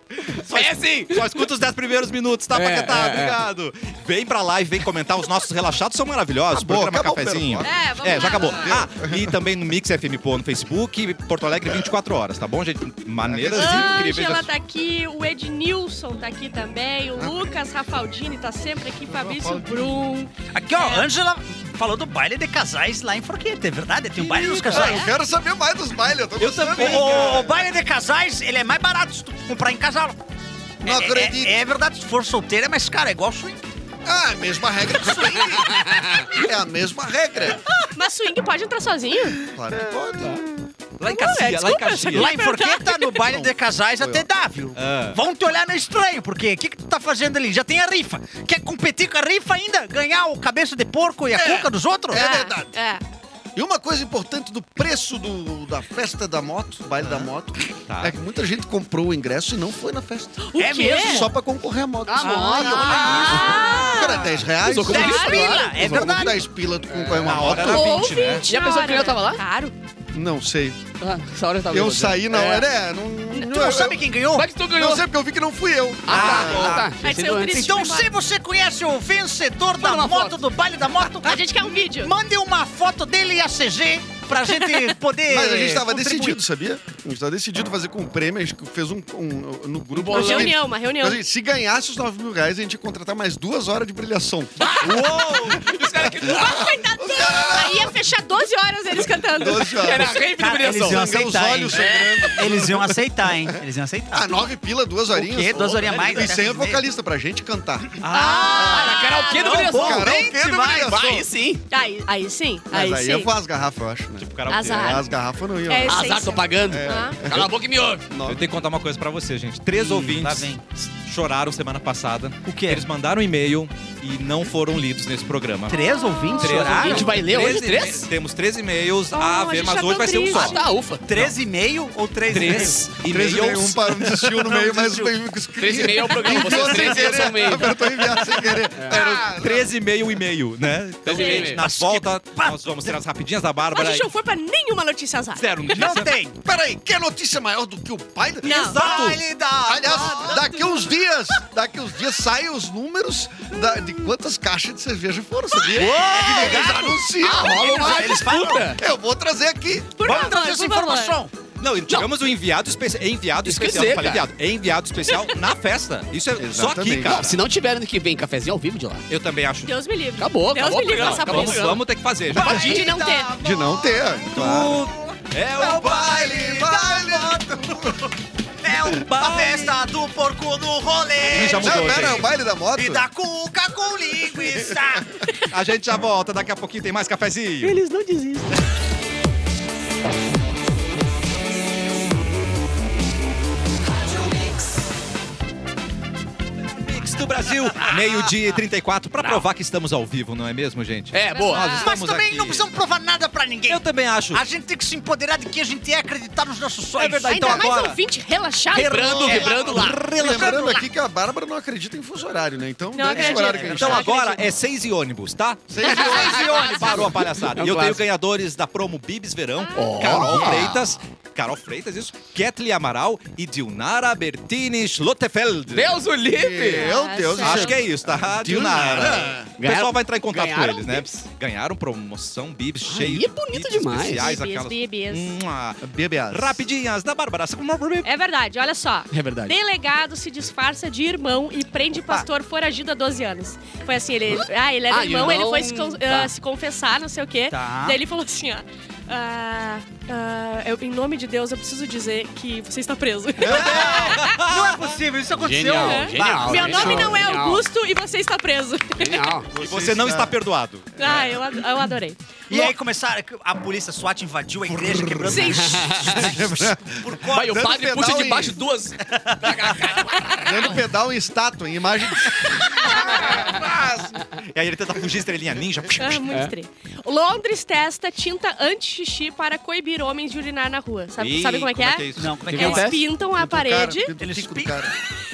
É assim.
Só escuta os 10 primeiros minutos, tá,
É,
Paquetá?
é, é.
Obrigado. Vem pra live, vem comentar. Os nossos relaxados são maravilhosos.
Acabou,
Programa
acabou o
Cafezinho.
programa. É, vamos
já
lá,
acabou.
vamos
Ah, e também no Mix FM Pô no Facebook e Porto Alegre 24 horas, tá bom, gente? Maneiras incríveis.
Ângela tá aqui, o Ednilson tá aqui também, o Lucas Rafaldini tá sempre aqui, Fabrício Brum.
Aqui, ó, Ângela falou do baile de casais lá em Forqueta, é verdade? Tem o baile dos
Ah,
casais.
eu quero saber mais dos bailes. Eu, tô gostando, hein,
O, o
cara.
baile de casais, ele é mais barato se tu comprar em casal.
Não
É-
acredito.
É, é verdade, se for solteiro é mais caro, é igual swing.
Ah, a mesma regra que swing. É a mesma regra.
Mas swing pode entrar sozinho?
Claro que pode.
Lá em
Ué,
Caxias, lá em
é, desculpa, eu
Caxias.
só
Lá em
Verdade.
Forqueta, no baile de casais, até dá, viu?
Ah.
Vão te olhar no estranho, porque o que, que tu tá fazendo ali? Já tem a rifa. Quer competir com a rifa ainda? Ganhar o cabeça de porco e a cuca dos outros?
É
Ah,
verdade.
É.
E uma coisa importante do preço do- da festa da moto, do baile da moto,
Tá.
é que muita gente comprou o ingresso e não foi na festa.
O
É
quê?
mesmo?
Só pra concorrer à moto.
Ah, moto,
Ah!
Cara, 10 reais.
Usou como
10
isso,
pila,
claro.
É
Usou como
verdade. 10 pila, tu concorre a uma
Na hora
moto.
era
Ou
20, né?
20
E a
na
pessoa
hora,
que eu tava lá?
né? Claro.
Não sei.
Ah, essa hora eu tava
Eu
nervoso.
saí na
É.
hora. É, não, não,
Tu não sabe quem ganhou?
Como é que tu ganhou?
Não sei porque eu vi que não fui eu.
Ah, tá.
Vai ser o
Antes.
triste.
Então, se você conhece o vencedor da
Manda uma
moto,
foto.
do baile da moto,
A gente quer um vídeo.
mande uma foto dele e a CG pra gente poder.
Mas a gente tava
contribuir.
decidido, sabia? A gente tava decidido fazer com o prêmio, a gente fez um, um- no grupo.
Uma
a gente-
reunião, uma reunião.
Mas, assim, se ganhasse os 9 mil reais, a gente ia contratar mais duas horas de brilhação.
Uou! Os caras que...
tá Aí ia fechar 12 horas eles cantando.
12 horas.
Era a rave de
Cara, eles iam
humilhação.
Sangrando os
aceitar, hein?
olhos sangrando.
Eles iam aceitar, hein? Eles iam aceitar.
É. Ah, nove pila, duas horinhas.
quê? Duas horinhas a mais,
E
até
sem a
fazer.
vocalista, pra gente cantar.
Ah, na karaokê do
não,
humilhação.
bom,
Karaokê
bem
do
demais.
humilhação.
Vai, sim.
Aí, aí sim,
Mas
aí,
aí
sim.
eu vou as garrafas, eu acho, né?
Tipo, cara, eu
Azar.
As garrafas não iam.
É,
Ah,
Azar, tô pagando.
Ah.
Cala a boca e me ouve.
nove.
tenho que contar uma coisa pra você, gente. Três
Ih,
ouvintes
lá vem.
choraram semana passada.
O quê?
Eles mandaram um e-mail e não foram lidos nesse programa.
Três ouvintes
Três
choraram?
A
ouvintes.
gente vai ler hoje
Três
três?
e- Temos três e-mails
Oh,
a
a
ver,
gente
mas
tá
hoje
tão
vai ser um
triste.
só.
Ah, tá, ufa.
Três e meio ou três,
Três
Três e meio, um
e-mails.
parou, desistiu no meio, mas um foi
Três e meio é o programa.
Enviou
Vocês
sem
três e eu sou o
querer.
meio.
Apertou enviar sem querer. Era-
Três e meio e meio, né? Então,
Três e meio e
gente,
meio.
na
Mas que
volta,
papo.
nós vamos ter as rapidinhas da
Mas
Bárbara.
a gente não foi pra nenhuma notícia azar.
Zero
meio? Não
notícia.
tem.
Peraí, quer notícia maior do que o pai da...
Não.
Baile da...
Aliás, daqui uns dias, daqui uns dias saem os números da- de quantas caixas de cerveja foram, sabia? E eles anunciam.
Ah, rola uma
eles falam.
disputa.
Eu vou trazer aqui.
Por
Vamos
favor,
trazer essa
por favor.
informação.
Não, e tivemos um enviado especial. Enviado
Esquecer,
especial. Não falei
cara.
enviado. Enviado especial na festa. Isso é só aqui,
Exatamente.
cara.
Se não tiver ano que vem cafezinho ao vivo de lá.
Eu também acho. Então,
Deus me livre.
Acabou,
Deus
acabou
me livre
o programa,
dessa
acabou
Vamos,
o
bolsa.
programa.
vamos ter que fazer. Já
Pode de não ter.
De não ter, claro.
É o
baile, baile.
É o a festa do porco no rolê.
Ih, já mudou,
Não, pera, é
gente.
o baile da moto.
E da cuca com linguiça.
A gente já volta. Daqui a pouquinho tem mais cafezinho.
Eles não desistem.
Mix do Brasil. Meio-dia e 34. Pra provar que estamos ao vivo, não é mesmo, gente?
É, boa.
Nós
Mas
estamos
também
aqui.
não precisamos provar nada pra ninguém.
Eu também acho.
A gente tem que se empoderar de que a gente é acreditar nos nossos sonhos.
É verdade,
Ainda
então
mais um
agora-
ouvinte relaxado.
Vibrando, vibrando lá.
Lembrando aqui que a Bárbara não acredita em fuso horário, né? Então,
Não
dane esse
acredito.
horário que a gente
Então
tá.
agora é seis e ônibus, tá?
Seis e ônibus.
Seis e ônibus. Parou a palhaçada.
É um
E eu tenho
clássico.
ganhadores da promo Bibis Verão, Carol Freitas, Carol Freitas, isso, Ketli Amaral e Dilnara Bertini Schlottefeld.
Deus o livre.
Ah,
Meu Deus do
Acho
céu.
que é isso, tá? Dilnara. O
Ganharam-
pessoal vai entrar em contato com
ganharam
eles, né?
Bibs?
Ganharam promoção Bibs cheio.
Aí é bonito
de
demais.
Especiais,
Bibis,
aquelas...
bibis.
Hum.
Mua.
BBAs.
Rapidinhas da Bárbara.
É verdade, olha só.
É verdade.
Delegado se disfarça de irmão e prende pastor foragido há 12 anos. Foi assim, ele. Ah, ele era
Ah, irmão,
irmão, ele foi se, con-
tá.
ah, se confessar, não sei o quê.
Tá.
Daí ele falou assim, ó. ah, ah, eu- em nome de Deus, eu preciso dizer que você está preso.
Não é possível, isso aconteceu.
Genial,
Bah,
genial.
Meu
genial,
nome não é
genial.
Augusto e você está preso.
Genial.
É.
E você não está perdoado.
Ah, eu, ad- eu adorei.
E aí começaram, a polícia SWAT invadiu a igreja quebrando.
Sim.
Por conta.
Vai, o padre
Dando
puxa
pedal
de
em-
baixo duas.
Dando pedal em estátua, em imagem.
E aí ele tenta fugir, estrelinha ninja.
Ah, muito estranho. Londres testa tinta anti-xixi para coibir homens de urinar na rua. Sabe,
Ih,
sabe como é que é?
isso?
Não, como é que é?
Entendeu?
Eles
acontece?
pintam a parede.
Cara, pinta o
Eles
tico do
pintam.
cara.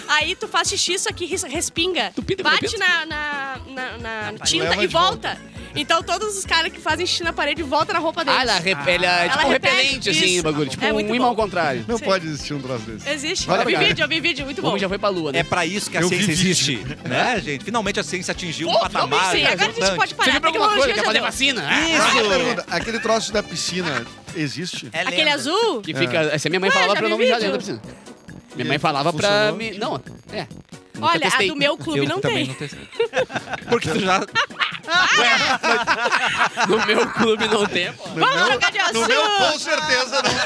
Aí tu faz xixi, isso aqui res- respinga.
Tu pinta com
bate
pinta?
na, na, na- na tinta
Leva
e
de
volta. Então todos os caras que fazem xixi na parede voltam na roupa deles.
Ah, ela, rep... ela é tipo
Ela
um
repete,
repelente, assim,
isso.
o bagulho. Tipo
É muito
um imã ao
bom.
contrário.
Não
Sim.
pode existir um troço desse.
Existe.
Vai
eu vi
pegar.
vídeo, eu vi vídeo, muito
O
bom.
homem já foi pra lua, né?
É pra isso que a
Eu
ciência
vi vídeo.
existe, né, gente? Finalmente a ciência atingiu um
Pô,
patamar.
finalmente,
Sim, Oh, agora a gente
importante.
pode
Você
parar.
viu
A
pra alguma coisa? Quer
tecnologia já Hum?
fazer
deu.
vacina?
Ah,
Isso.
pergunta, aquele troço da piscina existe?
É
Aquele
lenda.
azul?
Que fica. Essa minha mãe
Ué,
falava
já
pra eu
vi
não mijar
vídeo.
dentro da piscina. Minha mãe falava pra
Funcionou?
mim. Não, é. Nunca
Olha, a
testei.
do meu clube
Eu
não
também não
tem.
testei. Porque tu já
No meu clube não tem, pô.
Vamos trocar de assunto.
No meu, com certeza, não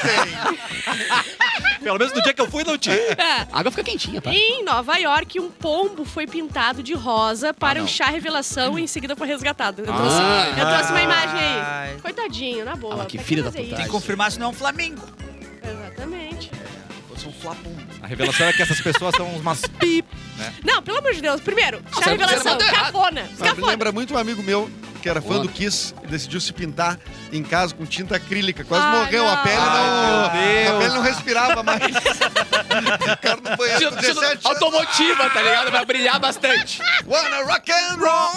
tem.
Pelo menos no dia que eu fui, não tinha.
É.
A água fica quentinha, pá.
Em Nova York, um pombo foi pintado de rosa para um chá revelação e em seguida foi resgatado. Eu trouxe,
Ah.
eu trouxe uma imagem
Ai.
aí. Coitadinho, na boa.
Ah, mas que
pra
filha da
fazer
Tem
putagem.
que
isso?
confirmar se não é um Flamengo.
Exatamente.
Fosse um flapum.
A revelação é que essas pessoas são umas pi.
Não, pelo amor de Deus. Primeiro, chá
Ah, você- Ah,
revelação,
você mandou errado.
cafona.
Sabe,
Cafona.
lembra muito um amigo meu que era fã
Boa.
do Kiss, ele decidiu se pintar em casa com tinta acrílica. Quase
Ai,
morreu, a
Ah, não.
pele
Ai, meu
não.
Deus.
A pele não respirava mais. o cara no banheiro com 17 anos.
Automotiva, tá ligado? Vai brilhar bastante.
Wanna rock and roll!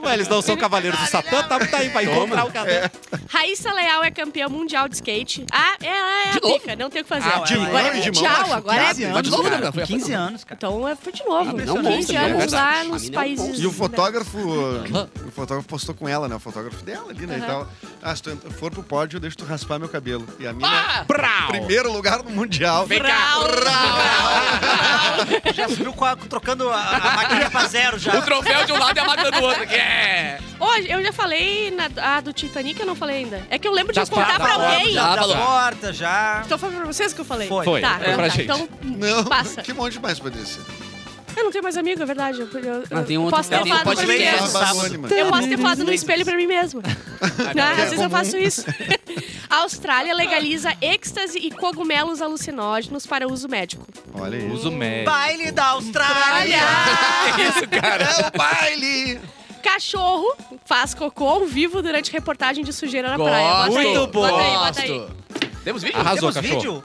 Mas eles não são cavaleiros do Satã, tá, tá aí, vai encontrar o cara.
É.
Raíssa Leal é campeã mundial de skate. Ah, ela é
De
a
novo?
pica, não tem o que fazer.
Ah, de
agora
mão
é
e de mão,
mundial, agora é...
15
Mas
anos,
de novo,
cara.
né, cara?
Com 15 anos, cara.
Então é- foi de novo.
Ah, não,
15
monstro,
anos
é
lá
verdade.
nos
A mina é um
países... né?
monstro.
E o fotógrafo, o fotógrafo postou com ela, né? O fotógrafo dela ali, né? E
Aham.
tal. Ah, se tu ent- for pro pódio, eu deixo tu raspar meu cabelo. E a mina,
Ah! Prau!
primeiro lugar no Mundial.
Vem cá.
Brau. Ah,
Já subiu com a- trocando a, a máquina pra zero já.
O troféu de um lado e a máquina do outro. Que é...
Hoje, eu já falei na ah, do Titanic, eu não falei ainda. É que eu lembro de
Já
contar
tá,
pra
tá,
alguém.
já.
Já
Dá
da
valor.
porta, já.
Então foi pra vocês que eu falei?
Foi.
Foi,
Tá,
foi pra
tá.
gente.
Então,
Não,
passa.
que monte mais, Patrícia?
Eu não tenho mais amigo, é verdade. Eu, eu-
Ah,
eu
tem um outro-
posso ter
ela tem um
falado pra mim
podcast.
mesmo.
sábado.
Anônima.
Eu posso ter falado no espelho pra mim mesmo. Ah,
é
às vezes eu faço isso. A Austrália legaliza êxtase e cogumelos alucinógenos para uso médico.
Olha isso.
Uso médio.
Baile
Um
da Austrália.
É o baile!
Cachorro faz cocô ao vivo durante reportagem de sujeira na praia.
Gosto.
Bota aí,
Muito bom.
Bota aí, bota aí.
Gosto. Temos vídeo?
Arrasou,
Temos
cachorro.
vídeo?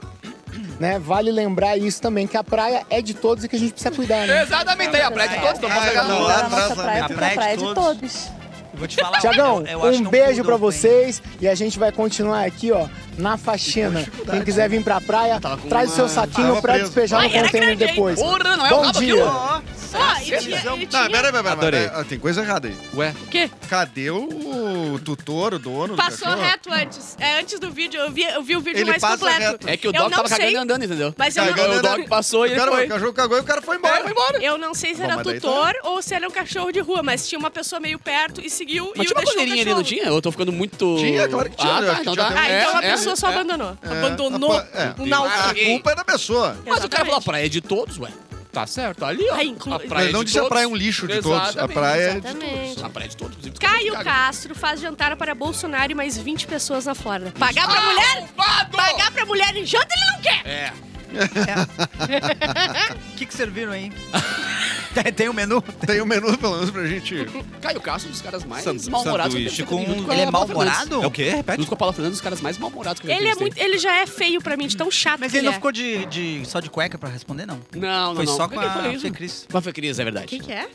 né? Vale lembrar isso também, que a praia é de todos e que a gente precisa cuidar, né?
Exatamente aí, a praia de todos. Então
Ah,
passa
não,
a
lá
a
atrás,
nossa
lá
praia
dentro.
fica a praia de todos.
Eu Vou te falar.
Tiagão,
eu- eu acho que é,
um
não
beijo pra
mudou, hein?
vocês e a gente vai continuar aqui, ó, na faxina. Quem quiser vir pra praia,
Tava né? Tá com
traz o seu
uma-
saquinho
tava
pra
preso.
despejar
Ai,
no
era
container
grande, hein?
depois.
Porra, não é o
Bom
rabo aqui,
dia!
ó.
Ó, e tinha, e
Não,
tinha-
peraí, peraí, peraí.
Adorei.
Ah, Tem coisa errada aí.
Ué,
O quê?
Cadê o tutor, o dono do
Passou
cachorro?
reto antes. É, antes do vídeo, eu vi, eu vi o vídeo
Ele
mais
passa
completo.
reto.
É que o
eu
Doc
não
tava
sei,
cagando e andando, entendeu?
Mas eu
Cagando
Aí
não,
O Doc passou e
O,
ele
cara,
foi.
o cachorro cagou e o cara foi embora.
É, foi embora.
eu não sei se
Bom,
era
mas daí tá
tutor ou se era um cachorro de rua, mas tinha uma pessoa meio perto e seguiu
Mas
e o
tinha uma
deixou o
coleirinha ali, não
cachorro.
tinha? Eu tô ficando muito...
Tinha, claro que tinha,
Ah,
né?
tá, então
Tinha
tá.
também.
Ah, então a
É,
pessoa
é,
só
é.
abandonou.
É,
Abandonou
apa- é.
um
A
náufrago.
culpa é da pessoa.
Mas o cara falou, a
Exatamente.
praia é de todos, ué. Tá certo, tá ali, ó.
Ah, inclu-
A praia
Mas
é
não
de
disse a
todos.
praia é um lixo de todos. A
Exatamente,
praia é de
Exatamente.
A praia é de todos, inclusive.
Caio
Caga.
Castro faz jantar para Bolsonaro e mais 20 pessoas na Flórida. Pagar pra mulher?
Arrombado!
Pagar pra mulher em janta ele não quer!
É.
O que, que serviram aí? Tem- Tem o menu?
Tem um menu, pelo menos, pra gente.
É,
Caio Castro, um dos caras mais
Sandu-
mal-humorados.
sanduíche
que eu tenho,
com-
junto a
Ele é
Paula
mal-humorado?
é o quê?
Fernandes.
Repete.
Junto com a Paula Fernandes, um dos caras mais mal-humorados que eu já
Ele é
entrevistei.
muito. Ele já é feio pra mim, de tão chato
Mas
que
ele não
é.
ficou de, de- só de cueca pra responder, não?
Não, não,
Foi
não.
só
Por
com
que que
a
eu falei isso?
Fê Cris.
Com a Fê Cris, é verdade.
Quem que é?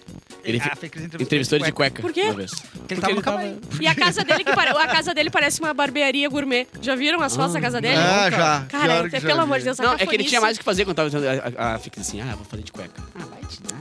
Ele fi-
a Fê Cris
entrevistou ele de cueca.
Por quê?
Uma vez.
Porque ele tava no camarim.
E a casa dele que pare- a casa dele parece uma barbearia gourmet. Já viram as fotos da casa dele?
Ah, já.
Cara,
Pior que já
pelo
vi.
amor de Deus, a
Não, é que ele
cafonice.
tinha mais o que fazer quando tava... A, a, a Fê Cris assim, ah, vou fazer de cueca. Ah, vai te dar.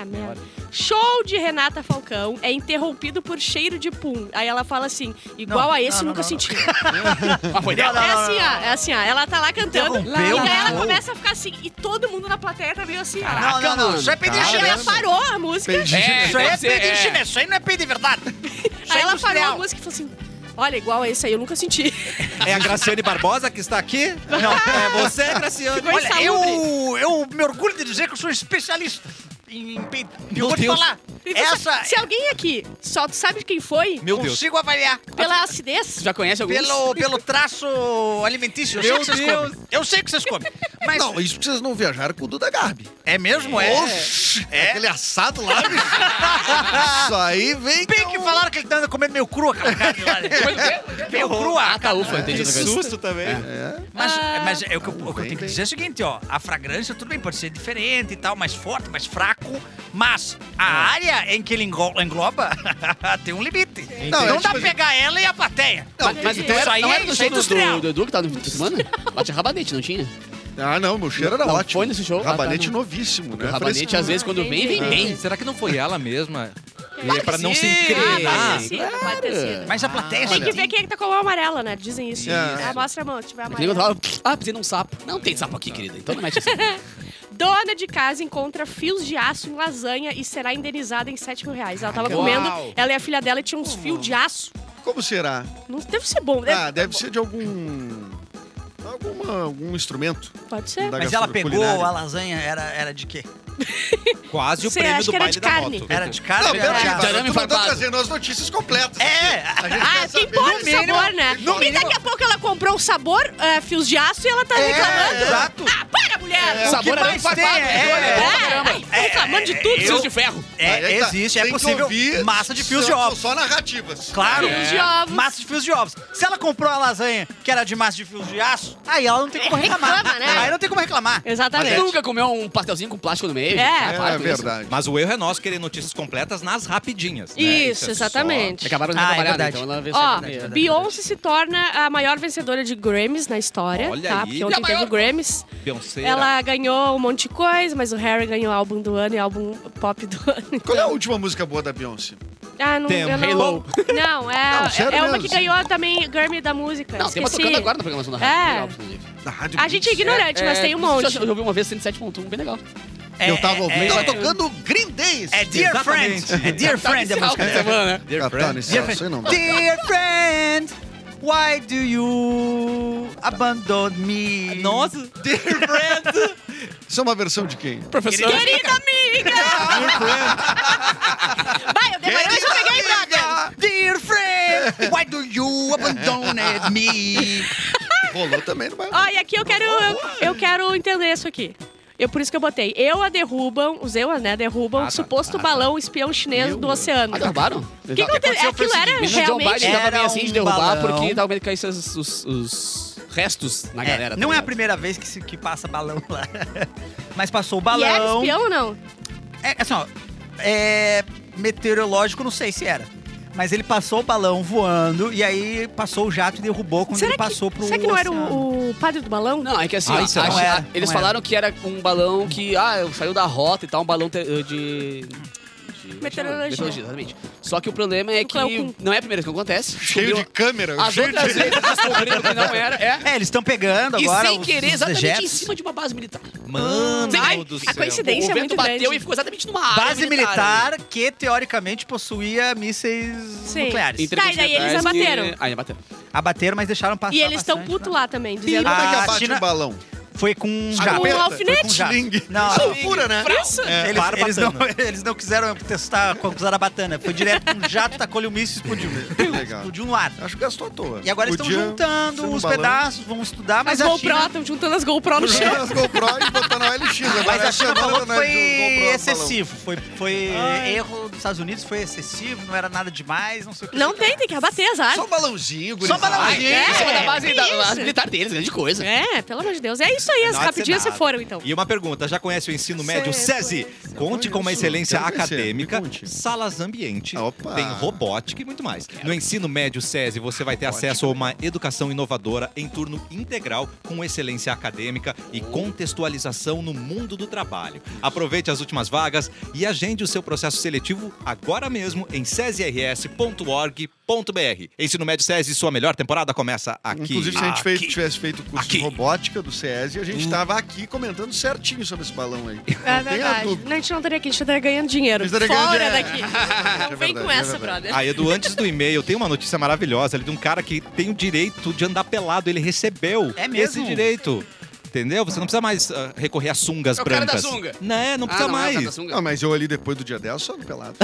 Ah, merda. Show de Renata Falcão é interrompido por cheiro de pum. Aí ela fala assim, igual
Não,
a esse
não,
nunca
não, não.
senti.
Ah, foi dela?
É assim, ó, é assim, ó. Ela tá lá cantando, e daí
Interrompeu o
ela
show?
começa a ficar assim, e todo mundo na plateia tá meio assim,
Não,
ó.
não, não.
mano.
Isso é pedir
Aí ela
chinês.
parou a música,
Entendi.
É.
Isso aí é
deve ser, é.
pedir chinês. Isso aí não é pedir verdade. Isso
aí
é
ela parou a
industrial.
música e falou assim, olha, igual a esse aí eu nunca senti.
É a Graciane Barbosa que está aqui? Não, é você, Graciane.
Ficou
Olha,
insalubre.
eu, eu me orgulho de dizer que eu sou especialista em peito. E eu vou te
Deus.
falar.
E você-
Essa
Se alguém aqui só tu sabe quem foi,
Meu Deus.
consigo avaliar.
pela acidez,
Tu já conhece alguns?
Pelo, pelo traço alimentício, eu
Meu
sei que vocês
Deus.
comem. Eu sei que vocês comem. Mas
Não, isso porque vocês não viajaram com o Duda Garbi.
é mesmo? É.
Oxi! Aquele assado lá, bicho. Isso aí vem
Bem que falaram que ele tá andando comendo meio crua aquela carne lá. né? meio crua.
Ah, tá, ufa, entendi.
Que
outra coisa.
susto também.
Mas,
Ah.
mas é o que eu, o que eu
bem,
tenho que
bem.
dizer é o seguinte, ó. A fragrância, tudo bem, pode ser diferente e tal, mais forte, mais fraco. Mas a
É.
área em que ele englo- engloba tem um limite. Não,
é
dá
tipo
pra pegar ela e a plateia.
Mas, mas então
Isso
era,
aí
não
é-
era do
isso aí
show
é
do,
industrial.
do, do Edu que tava no fim de semana? Lá tinha rabanete, não tinha?
Ah, não, meu cheiro era
Não,
ótimo.
foi nesse show?
Rabanete
Ah, tá, não.
novíssimo,
O
né?
rabanete, às vezes, quando vem, vem
entendi.
bem.
Será que não foi ela mesma? E
Ah,
é pra não
sim.
se
Ah,
incriminar.
sim, pode ter sido.
Mas a plateia...
Tem
olha.
que ver quem é que tá com a mão amarela, né? Dizem isso.
É.
Ah, mostra a mão, se tiver
É que nem
amarela.
quando fala, ah, pisei num sapo. Não tem sapo aqui, querida. Então não mete assim.
Dona de casa encontra fios de aço em lasanha e será indenizada em 7 mil reais. Ela tava
Uau.
comendo, ela e a filha dela tinham uns fios de aço.
"Hum, Como será?
Não deve ser bom. né?
Ah, deve ser de algum. Alguma, algum instrumento.
Pode ser.
da
Mas ela
gastro-
pegou
culinária.
a lasanha, era, era de quê?
Quase o
Você
prêmio
acha
do
que era
baile
de
da
carne?
moto. É.
Era de carne?
Não,
ou era
peraí,
de aço?
mas eu
arame
tô mandando
é, farpado.
trazendo as notícias completas.
É!
aqui. A gente
Ah,
quer
que
saber.
importa o sabor, né?
No
e daqui
mínimo-
a pouco ela comprou um sabor, eh, fios de aço, e ela tá reclamando.
exato.
Ah, para, mulher!
O sabor era
mais tem
farpado.
é-
dois,
É,
né? Pra caramba.
ai, tá reclamando de tudo.
Preciso de ferro.
É,
Aí tá.
existe, é
Tem que
possível.
ouvir,
Massa de fios de
são-
ovos.
São só narrativas.
Claro.
Fios de ovos.
Massa de fios de ovos. Se ela comprou a lasanha que era de massa de fios de aço, aí ela não tem como
É,
reclamar.
reclama, né?
Aí não tem como reclamar.
Mas
Exatamente.
nunca comeu um pastelzinho com plástico no meio?
É.
Ah,
É,
para com isso.
verdade.
Mas o erro é nosso querer notícias completas nas rapidinhas. né?
Isso,
é só-
exatamente.
Acabaram de
Ah, é
trabalhar, né?
verdade.
então ela vê
Ó,
sempre meio.
Beyoncé se torna a maior vencedora de Grammys na história,
Olha
tá?
aí.
Porque
A
ontem
maior-
teve o Grammys.
Beyoncé.
Ela ganhou um monte de coisa, mas o Harry ganhou álbum do ano e álbum pop do ano.
Qual é a última música boa da Beyoncé?
Ah, não,
Tem
eu não,
Halo.
não, é,
Não, sério
é uma que
mesmo.
ganhou também Grammy da música.
Não, tem uma
esqueci.
tocando agora na programação da
É.
rádio. legal, inclusive.
Da
Ah,
Rádio
A gente é
Blitz.
ignorante, mas
É,
tem um monte.
Eu eu ouvi uma vez 107.1, bem legal.
Eu tava ouvindo.
É,
Tava
é,
tocando Green Days. Tá,
é Dear
Exatamente.
Friend. É Dear Friend a
Tá
música.
inicial da semana, né?
Dear Friend. Isso aí não dá.
Dear Friend, why do you abandon me?
Nossa, dear friend.
Isso é uma versão de quem?
Professor.
Querida amiga! Vai, eu demorei, mas eu peguei, Braga!
é
Dear Friend, why do you abandon
é
me? Ah.
Rolou também no bairro.
Ó, e aqui eu quero, eu, eu quero entender isso aqui. Eu, por isso que eu botei. Eu a derrubam, os eu, né, derrubam
Ah,
o
tá.
suposto balão espião chinês do oceano.
Ah, derrubaram?
O que aconteceu? Aquilo era
O John Biden
realmente...
tava
Era
meio assim de
um
derrubar
balão.
porque tava meio que caísse os, os- os restos na
É,
galera. tá
não é a
ligado?
primeira vez que, se, que passa balão lá. Mas passou o
E era
balão.
espião ou não?
É, assim, ó. É, meteorológico, não sei se era. Mas ele passou o balão voando e aí passou o jato e derrubou quando
Será
ele passou pro.
Será que não era
oceano.
o, o padre do balão?
Não, é que assim,
Ah,
ó,
isso não
acho-
era, não
eles
era.
falaram que era um balão que, ah, saiu da rota e tal, um balão te- de... de-
Meteorologia.
exatamente. Só que o problema é
Do
que
Cleocum.
não é a primeira vez que acontece.
Cheio de
Descobriu-
câmera.
As
cheio
outras
tá-
de...
vezes descobriram que não era. É.
É, eles estão pegando
E
agora.
sem
os-
querer,
os
exatamente em
dejetos.
cima de uma base militar.
Mano
Ai, é
do
a
céu.
coincidência. Tendência é
o vento
muito
bateu
grande.
e ficou exatamente numa área
Base Ah, é militar que teoricamente possuía mísseis
Sim.
nucleares.
Entre
Tá, e daí eles
continentais que-
abateram.
Ah, abateram.
Abateram, mas deixaram passar.
E eles estão
bastante,
putos
né?
lá também,
Como
dizendo...
é que
Ah,
abate
China-
um balão?
Foi com um
Com
jato.
um
Foi
alfinete?
com um jato.
Sling.
Não,
Sulfura, né?
Isso!
É.
Eles,
Barbatana.
eles não, eles não quiseram testar com usar a batana. Foi direto com um jato, tacou-lhe um míssil e explodiu.
Legal.
Explodiu no ar.
Acho que gastou à toa.
E agora eles estão
Podia ser
juntando
um
os
balão.
pedaços, vão estudar, mas
As
a
GoPro,
China...
estão juntando as GoPro no chão.
Puxando as GoPro e botando a LX.
Mas
Agora
a China
semana
falou que
não é
foi
de um GoPro no balão.
excessivo. Foi, foi erro dos Estados Unidos, foi excessivo, não era nada demais, não sei o que.
Não tem, tem que abater as
Só
áreas.
um balãozinho,
Só
gurizada.
um balãozinho.
Ai,
é?
em cima da
Que
base,
isso?
da, base militar deles, grande coisa.
É, pelo amor de Deus. É isso aí, as
Não há de ser
rapidinhas se
nada.
foram, então.
E uma pergunta, já conhece o ensino médio
Sei,
SESI?
conheço.
Conte com uma
conheço.
excelência
Quero conhecer,
acadêmica,
me conte.
salas ambiente,
Opa.
tem robótica e muito mais. No ensino médio SESI, você vai ter acesso a uma educação inovadora em turno integral com excelência acadêmica e contextualização no mundo do trabalho. Aproveite as últimas vagas e agende o seu processo seletivo agora mesmo em sesirs.org.br. Ensino médio SESI, sua melhor temporada começa aqui.
Inclusive, se a gente
Aqui.
fez- tivesse feito o curso
Aqui.
de robótica do SESI, a
Hum.
gente tava aqui comentando certinho sobre esse balão aí.
É
não tenha
verdade.
dúvida.
Não, a gente não estaria aqui, a gente estaria ganhando dinheiro.
A gente
Fora
estaria ganhando
daqui.
dinheiro.
Não
É
vem
verdade,
com
é
essa,
verdade.
brother.
Ah, Edu, antes do e-mail, tem uma notícia maravilhosa ali de um cara que tem o direito de andar pelado. Ele recebeu
É mesmo?
esse direito. Entendeu? Você não precisa mais ah, recorrer a sungas
É o cara
brancas.
da sunga.
Não, é, não
Ah,
precisa
não, é o
mais.
cara da sunga.
Ah, mas eu ali depois do dia 10 só no pelado.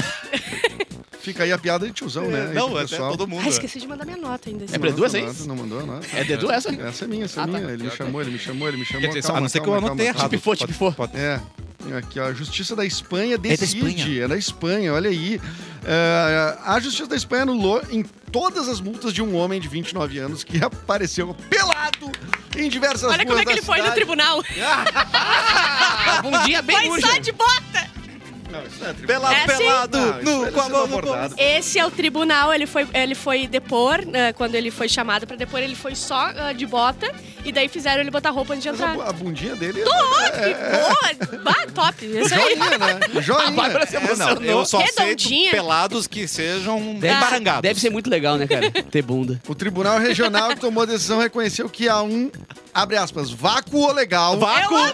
Fica aí a piada de tiozão, né? Aí
não,
pro
é
pessoal.
todo mundo.
Ah, esqueci de mandar minha nota
É
ainda. assim.
pra
Não,
Edu essa
não,
aí?
não, Não mandou, não.
É de Edu essa?
Essa é minha, essa é
Ah, tá.
minha. Ele me chamou, ele me chamou, ele me chamou.
Quer dizer,
Calma,
a não ser que eu
calma,
anotei
calma,
errado.
calma.
Tipifou, tipifou.
Pode- pode-
É. Aqui, ó, a Justiça da Espanha
da
decide.
Espanha.
É da Espanha, olha aí. É, a Justiça da Espanha anulou em todas as multas de um homem de 29 anos que apareceu pelado em diversas
Olha
ruas
como é que
da
ele foi no
cidade.
tribunal.
Ah, bundinha bem
Foi só
murcha.
de bota.
Não, isso não é tribunal.
Pelado,
É assim?
pelado,
Não, Ah, isso
nu,
ele
com a
sendo
mão no
abordado.
bolso.
Esse é o tribunal, ele foi, ele foi depor, né, quando ele foi chamado pra depor, ele foi só ah, de bota, e daí fizeram ele botar roupa antes de
Mas a,
entrar.
bu- a bundinha dele
Boa! Bah, top! é Isso aí.
joinha, né? Joinha.
Bárbara se
É, não,
emocionou. Ah,
eu só aceito
Redondinha.
pelados que sejam
Deve-
embarangados.
Deve ser muito legal, né, cara? Ter bunda.
O Tribunal Regional que tomou a decisão reconheceu que há um abre aspas, vácuo legal
É
Vácuo!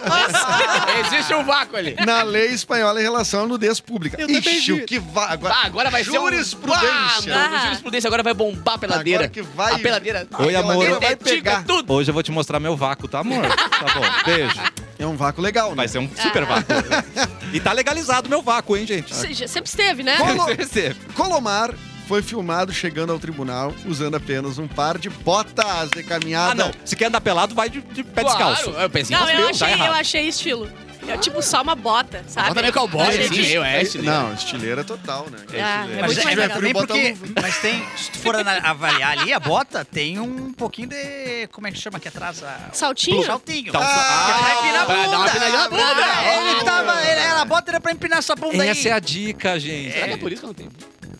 Existe um vácuo ali.
na lei espanhola em relação à nudez pública.
Eu também vi.
Ixi, o que vai... Agora,
Ah, agora vai ser um...
Jurisprudência.
Ah, mano, jurisprudência agora vai bombar a peladeira.
Agora que vai...
A peladeira...
Oi,
a
amor.
peladeira vai
Detetive
pegar.
tudo.
Hoje eu vou te mostrar meu vácuo, tá, amor? Tá bom, beijo.
É um vácuo legal, né?
Vai ser um super vácuo.
Ah.
E tá legalizado meu vácuo, hein, gente?
Se- já- Sempre esteve, né?
Como-
Percebe.
Colomar foi filmado chegando ao tribunal usando apenas um par de botas de
Ah,
caminhada.
não. Se quer andar pelado, vai de, de pé descalço.
Claro, eu pensei
Não,
que
eu
meu, tá
achei,
errado.
eu achei estilo. É tipo só uma bota, sabe?
Bota meio cowboy,
Eu achei
assim,
de-
meio Ashley.
Não, estileira total, né?
Ah, é
Mas
muito mais
é, mas
legal.
também
Bota
porque. Mas tem. Se tu for ana- avaliar ali, a bota tem um pouquinho de. Como é que chama aqui atrás? A-
Saltinho?
Saltinho.
Então, ah,
vai empinar a
vai dar uma
bunda.
empinadinha na bunda.
Ah, Ele tava. Ele, ela, a bota era pra empinar essa bunda aí.
é. essa é a dica, gente.
Será que é por isso que eu não tenho?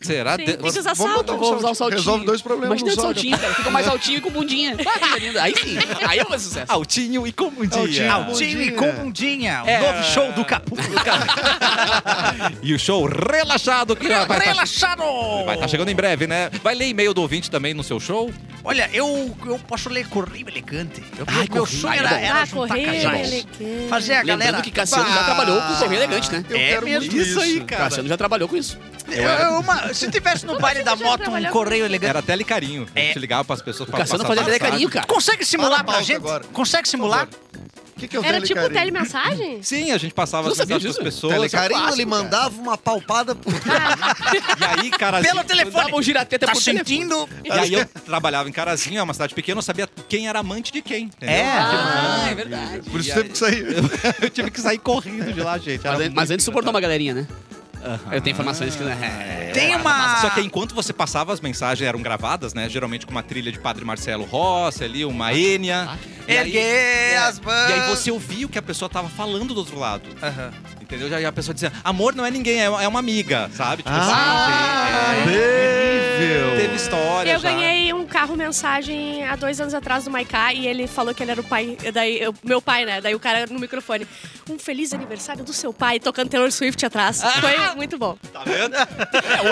Será? De-
Sim, tem que usar
Vamos
salto.
botar um
Vou usar o
saltinho.
saltinho.
Resolve dois problemas
Imagina
no
o
salto.
saltinho, cara. Fica mais altinho e com bundinha. Ah, coisa linda. Aí sim. Aí foi
Ah,
sucesso.
Altinho e como dia. Ah,
Altinho e com bundinha. Um O
É.
novo show do Capu.
E o show relaxado que já vai estar
Relaxado!
vai tá chegando em breve, né? Vai ler e-mail do ouvinte também no seu show?
Olha, eu, eu posso ler Correio Elegante. Eu,
Ai,
meu
Correio
sonho
é
era,
bom.
era
Ah,
juntar
correr,
casais.
elegante.
Fazer a
Lembrando
galera...
que Cassiano já
Bah,
trabalhou com o Correio Elegante, né?
Eu
É
quero
mesmo
muito
isso aí, cara.
Cassiano já trabalhou com isso.
Eu- eu- uma- se tivesse no baile da
já
moto um
trabalhou
Correio Elegante...
Era telecarinho. A gente ligava pras pessoas
O
pra
Cassiano
passar
fazia até
mensagem.
carinho, cara.
Consegue simular
Fala,
pra
pauta
gente?
agora.
Consegue simular?
O que, que é o
Era tipo
telecarinho?
telemassagem?
Sim, a gente passava
Você
as
não sabia
mensagens pras
disso?
pessoas.
Telecarinho,
clássico,
ele
cara.
mandava uma palpada por
E aí, cara,
Pelo
Dava um
telefone.
girateta
Tá
por telefone.
sentindo?
E aí eu trabalhava em Carazinho, é uma cidade pequena, eu não sabia quem era amante de quem. entendeu?
É.
Ah, é verdade.
Por isso teve que sair.
Eu tive que sair correndo de lá, gente. Era
Mas, an-
muito
mas antes suportou
engraçado.
uma galerinha, né? Eu tenho informações que... É,
Tem uma...
Só que enquanto você passava, as mensagens eram gravadas, né? Geralmente com uma trilha de Padre Marcelo Rossi ali, uma Enya. E aí-
Erguer
é,
as mãos.
E aí você ouvia o que a pessoa tava falando do outro lado.
Aham.
Entendeu? Já, já a pessoa dizia, amor não é ninguém, é é uma amiga, sabe? Tipo assim, gente, é,
Horrível.
teve história
Eu
já.
ganhei um carro mensagem há dois anos atrás do Maiká e ele falou que ele era o pai, daí eu- meu pai, né? Daí o cara no microfone, um feliz aniversário do seu pai, tocando Taylor Swift atrás. Foi muito bom.
Tá vendo?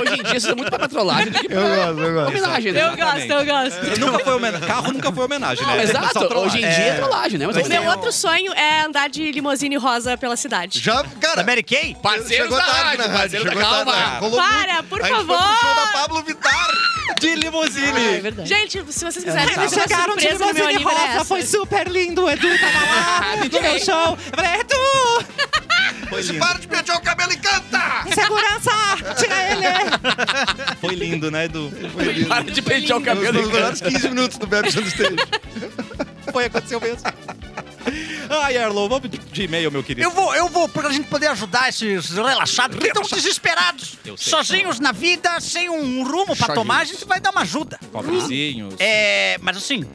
hoje em dia isso é muito pra patrolagem do que
Eu gosto, eu gosto.
homenagem, né?
Eu
Exatamente.
gosto, eu gosto.
nunca foi homenagem. Carro nunca foi homenagem,
Não,
né?
exato.
Só trollagem.
Hoje em dia é trollagem, né? Mas
O meu
é
outro sonho é andar de limusine rosa pela cidade.
Já,
Da
cara,
Mary Kay?
Parceiros
chegou
da
tarde
rádio,
na é rádio.
parceiro da
Chegou tarde
calma.
na rádio. Rolou muito.
Para, por
A gente foi pro show da
favor!
Pablo Vittar.
De limusine.
Ah, é verdade.
Gente, se vocês quiserem fazer uma
um
surpresa no meu nível, é essa.
super lindo. O Edu tava lá no meu show. Eu falei, Edu,
Foi Para de pentear o cabelo e canta!
segurança, tira ele. Foi lindo, né, Edu?
Foi lindo.
Para de pentear o
Os
cabelo.
dos melhores 15 minutos do Bebe Santos teve.
Foi, aconteceu mesmo. Ai, Erlon, vamos de- de e-mail, meu querido.
Eu vou, eu vou, pra gente poder ajudar esses relaxados que estão desesperados,
Eu sei.
sozinhos na vida, sem um rumo pra
Sozinhos.
tomar, a gente vai dar uma ajuda.
Pobrezinhos.
É, mas assim,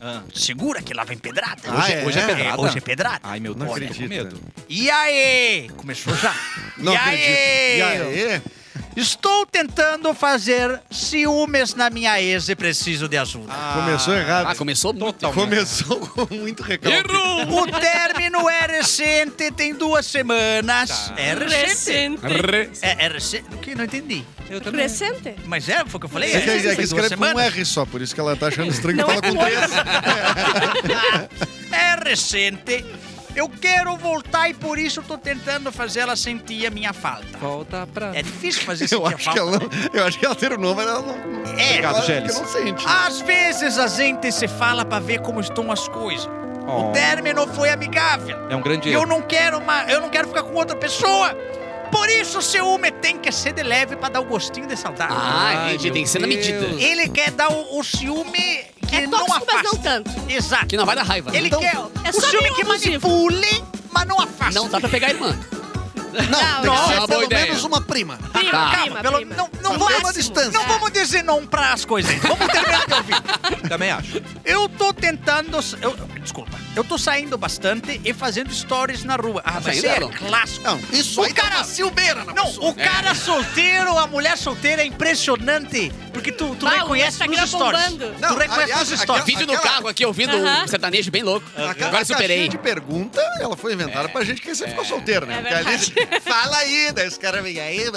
Ah.
segura que lá vem pedrada.
Ah,
hoje,
é?
hoje é pedrada.
Pedrada?
Hoje é pedrada.
Ai, meu Deus,
Não
eu tô com
acredito.
medo.
E aí? Começou já.
Não
e
acredito.
Aí?
E aí?
Estou tentando fazer ciúmes na minha ex e preciso de ajuda.
Começou errado.
Ah, começou muito.
Começou com muito recalque.
O término é recente, tem duas semanas.
Tá.
É recente.
Crescente.
É, é recente. O que? Não entendi.
Eu também.
Crescente.
Mas é, foi o que eu falei?
Você quer dizer que
Tem duas
escreve com um
semanas.
R só, por isso que ela tá achando estranho que
Não é
fala com
com
três.
é recente. Eu quero voltar e por isso tô tentando fazer ela sentir a minha falta.
Volta pra...
É difícil fazer
Eu
sentir a
acho que
falta.
ela, eu acho que ela terminou, mas ela não.
É.
ela
Obrigado,
acho que
Gélis.
não sente.
Às vezes a gente se fala pra ver como estão as coisas.
Oh.
O término foi amigável.
É um grande
Eu
erro.
não quero uma, eu não quero ficar com outra pessoa. Por isso o ciúme tem que ser de leve pra dar o gostinho de saudade.
Ah,
Ai,
entendi. Tem que ser na
meu
medida.
Deus.
Ele quer dar o, o ciúme que
É
não
tóxico, mas
afasta.
não tanto.
Exato.
Que não vai dar raiva. né?
Ele
Então,
quer
é
o
só
ciúme
meio
que
abusivo.
manipule, mas não afasta.
Não dá pra pegar a irmã.
Não,
Tem que
não,
ser
é uma boa
pelo
ideia.
menos uma prima.
Prima,
Tá.
prima,
Pelo-
prima.
não, não,
No
vamos,
máximo.
distância.
não vamos dizer não para as coisas. Vamos terminar de ouvir.
Também acho.
Eu tô tentando. eu- desculpa. Eu tô saindo bastante e fazendo stories na rua. Ah, mas
Tá saindo,
isso é
Elon? É.
clássico.
Não, isso
O
aí tá
cara-
uma silbeira na
Não,
pessoa.
o cara solteiro, a mulher solteira é impressionante. Porque tu, tu
Bah, o
reconhece nos
Instagram
stories.
bombando.
Não,
tu reconhece
aliás,
nos
aquela-
stories.
Vídeo no
Aquela-
carro aqui ouvindo
Aham.
um sertanejo bem louco.
Aquela
Agora superei.
caixinha de pergunta, ela foi inventada pra gente que você ficou solteiro, né?
É
Porque ali, você- fala aí, daí os caras vêm aí.
Quando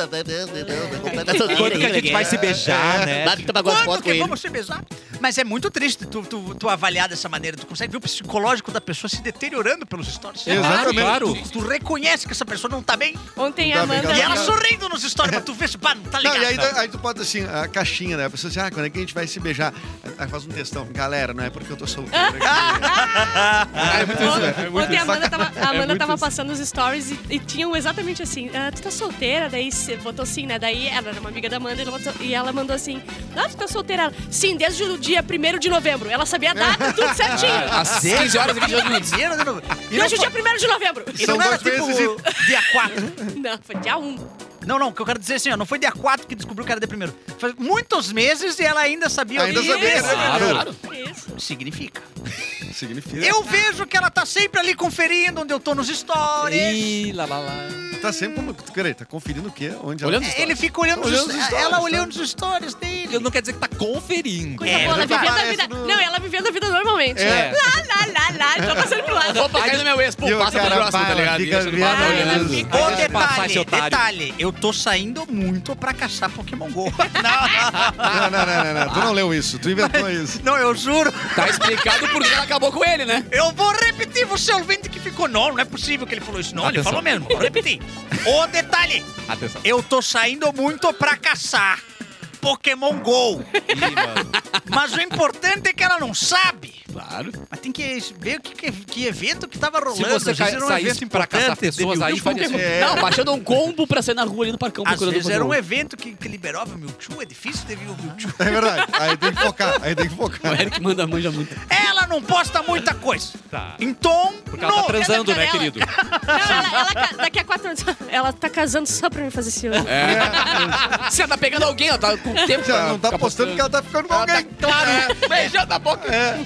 Quando que a gente vai se beijar, né?
Dá pra tomar
Quando
foto com
que
ele.
vamos se beijar? mas é muito triste tu, tu, tu avaliar dessa maneira. Tu consegue ver o psicológico da pessoa se deteriorando pelos stories.
Exatamente.
Tu, tu reconhece que essa pessoa não tá bem
Ontem a
Ainda bem que
Amanda.
e ela
Não.
sorrindo nos stories, mas tu vê, se, pá, não tá
Não,
ligado.
e aí,
não.
aí tu bota assim, a caixinha, né? A pessoa diz, ah, quando é que a gente vai se beijar? Aí faz um textão. Galera, não é porque eu tô solteiro.
É muito isso, velho. É muito
Ontem a
isso.
Amanda tava, a Amanda
muito
tava
isso.
passando os stories e, e tinham exatamente assim: ah, Tu tá solteira? Daí você botou assim, né? Daí ela era uma amiga da Amanda e ela, botou- e ela mandou assim: Ah, tu tá solteira? Ela, Sim, desde o dia 1 de novembro. Ela sabia a data, tudo certinho.
Às 15 horas e 22 minutos.
Dinheiro de novo. E né, não,
Desde o dia 1 de novembro.
e não
São
era
dois
tipo
meses
dia 4.
Não, foi dia 1.
Não, não, o que eu quero dizer assim, ó, não foi dia 4 que descobriu que era dia primeiro. Foi muitos meses e ela ainda sabia
Ainda
o que
sabia. né?
isso
Claro.
Isso.
significa.
Significa.
Eu vejo que ela tá sempre ali conferindo onde eu tô nos stories.
Ih, lá, lá, lá.
Tá sempre como... Peraí, tá conferindo o quê? Onde ela- tá?
Olhando os
Ele
stories.
fica olhando, os,
Olhando os
stories,
stories,
ela
tá?
olhando os stories dele.
Não quer dizer que tá conferindo.
Coisa
É,
boa, ela
nunca
vivendo a
aparece
vida.
no-
Não, ela vivendo a vida normalmente.
É.
Lá, lá, lá, lá, já passando pro lado.
Vou pagar no meu ex, pô,
E o
passa pro
cara
próximo, tá
fala,
ligado?
fica
Deixa no bar, tá
vendo.
olhando.
ela
fica-
fica.
Ô,
Aí deixa passar esse
detalhe,
otário.
detalhe, eu tô saindo muito pra caçar Pokémon GO.
Não, não, não, não, não. Tu não leu isso. Tu inventou isso.
não, eu juro.
Tá explicado por que ela acabou com ele, né?
Eu vou repetir você ouvinte que ficou. Não, não é possível que ele falou isso. Não, ele
Atenção.
falou mesmo. Vou repetir. Ô, detalhe,
Atenção.
eu tô saindo muito pra caçar Pokémon GO. Mas o importante é que ela não sabe.
Claro.
Mas tem que ver que, que, que evento que tava rolando.
Se você
Às vezes
ca-
era um
saísse
evento
pra caçar
importante,
pessoas,
teve
aí
um
faria
Pokémon.
É.
Não, baixando um combo pra sair na rua ali no parcão
Às vezes era um
Pokémon.
evento que, que liberava o Mewtwo, é difícil ter o Mewtwo.
É verdade. Aí tem que focar. Aí tem que
O
focar.
Eric manda manja muito.
Ela não posta muita coisa.
Tá.
Então,
Porque ela tá
não.
transando, né,
Cadê a
querido?
Não, ela, ela ca- daqui a quatro anos, ela tá casando só pra me fazer ciúme.
É. Se ela tá pegando alguém, ela tá com tempo.
Ela não tá postando que ela tá ficando com alguém.
É.
Claro, beijando a boca.
É.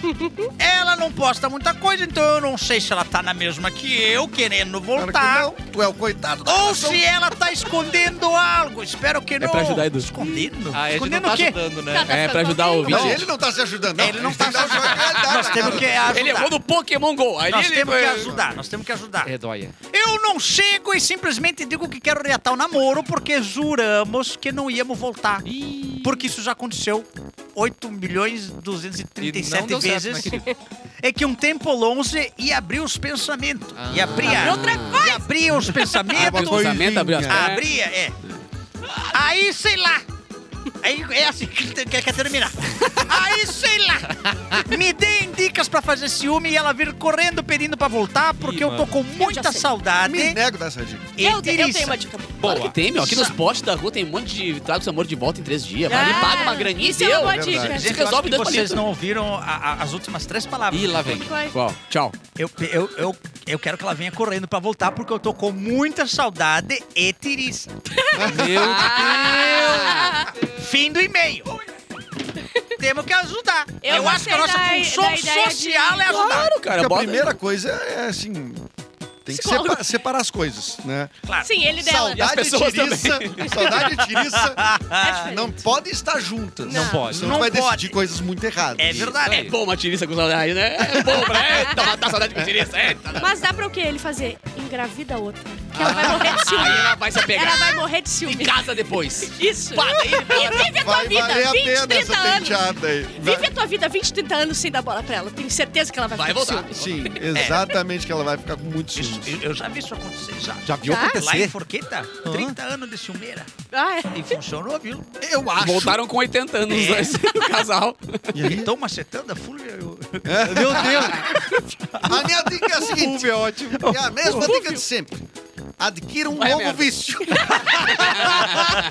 Ela não posta muita coisa, então eu não sei se ela tá na mesma que eu, querendo
Claro
voltar.
que não. Tu é o coitado da
Ou
relação.
se ela tá escondendo algo. Espero
É
que não.
pra ajudar, Edu.
Escondendo?
Ah, ele não
escondendo
tá
o quê?
ajudando, né?
É, pra ajudar o ouvinte.
Não, ele não tá se ajudando. Não.
Ele não
A gente
tá
tem que dar o jogo de realidade,
Nós
né,
temos
cara?
é
que ajudar.
Ele errou no Pokémon GO. Aí
Nós
ele...
temos que ajudar, nós temos que ajudar.
É, dói.
Eu não chego e simplesmente digo que quero reatar o namoro porque juramos que não íamos voltar. Porque isso já aconteceu 8 milhões
E não
237
deu certo,
vezes.
né,
é que um tempo longe e abrir os pensamentos.
Ah.
e abria.
Abriu outra
E abria os
Abre
pensamentos.
os pensamentos, abre as
Ah,
pernas.
abria, é. Aí, sei lá. Aí é assim que te- quer, quer terminar. Aí, sei lá. Me deem dicas pra fazer ciúme e ela vir correndo pedindo pra voltar, porque
Ih,
eu tô com muita
já sei.
saudade.
Me nego dessa dica.
e
Eu, eu tenho
tiriça.
uma dica boa.
Claro que tem, meu. Aqui nos postes da rua tem um monte de trago seu amor de volta em três dias. Vai
Ah,
ali, paga uma graninha e
Isso é
deu.
uma boa
É
dica.
verdade.
Gente,
Eu acho
resolve
que
dois
vocês
palitos.
não ouviram a- a- as últimas três palavras.
Ih, lá vem.
Vai.
Qual? Tchau.
Eu, eu, eu, eu quero que ela venha correndo pra voltar, porque eu tô com muita saudade e tiriça.
Meu
Ah! Fim do e-mail. Temos que ajudar. Eu,
Eu
acho que a nossa
gostei da- da
função
ideia de-
social é ajudar.
Claro, cara.
Porque a
bota-
primeira coisa é assim. Tem que
Psicólogo.
sepa- separar as coisas, né?
Sim, ele dela.
E as
Saudade e
pessoas
tiriça. Saudade e tiriça Ah,
É diferente.
não podem estar juntas.
Não
pode.
Senão
Não
vai
pode.
decidir coisas muito erradas.
É verdade.
É bom uma tirissa com saudade, né? É bom, né? Eita, matar saudade com tirissa. Eita.
Mas dá pra o que ele fazer? Engravida outra. Que ela vai morrer de ciúme.
Aí ela vai se apegar.
Ela vai morrer de
Em
ciúme.
casa depois.
Isso.
Pá, daí
E vive a tua
Vai valer
vida,
a
20,
pena
30
essa
anos.
penteada aí.
Vive a tua vida 20, 30 anos sem dar bola pra ela. Tenho certeza que ela vai
Vai
ficar com
voltar.
ciúme.
Sim, exatamente que ela vai ficar com muito
Isso,
ciúmes.
eu, eu já vi isso acontecer já.
Já viu
Tá?
Lá em
acontecer?
Forqueta, 30 anos de ciumeira.
Ah, é.
E funcionou, viu?
Eu acho.
Voltaram com 80 anos os dois, o casal.
E aí?
Então, macetando a fúria, eu...
Meu Deus! A minha dica é a seguinte: é, a mesma dica de sempre. Adquira um
Vai,
novo
merda.
vício.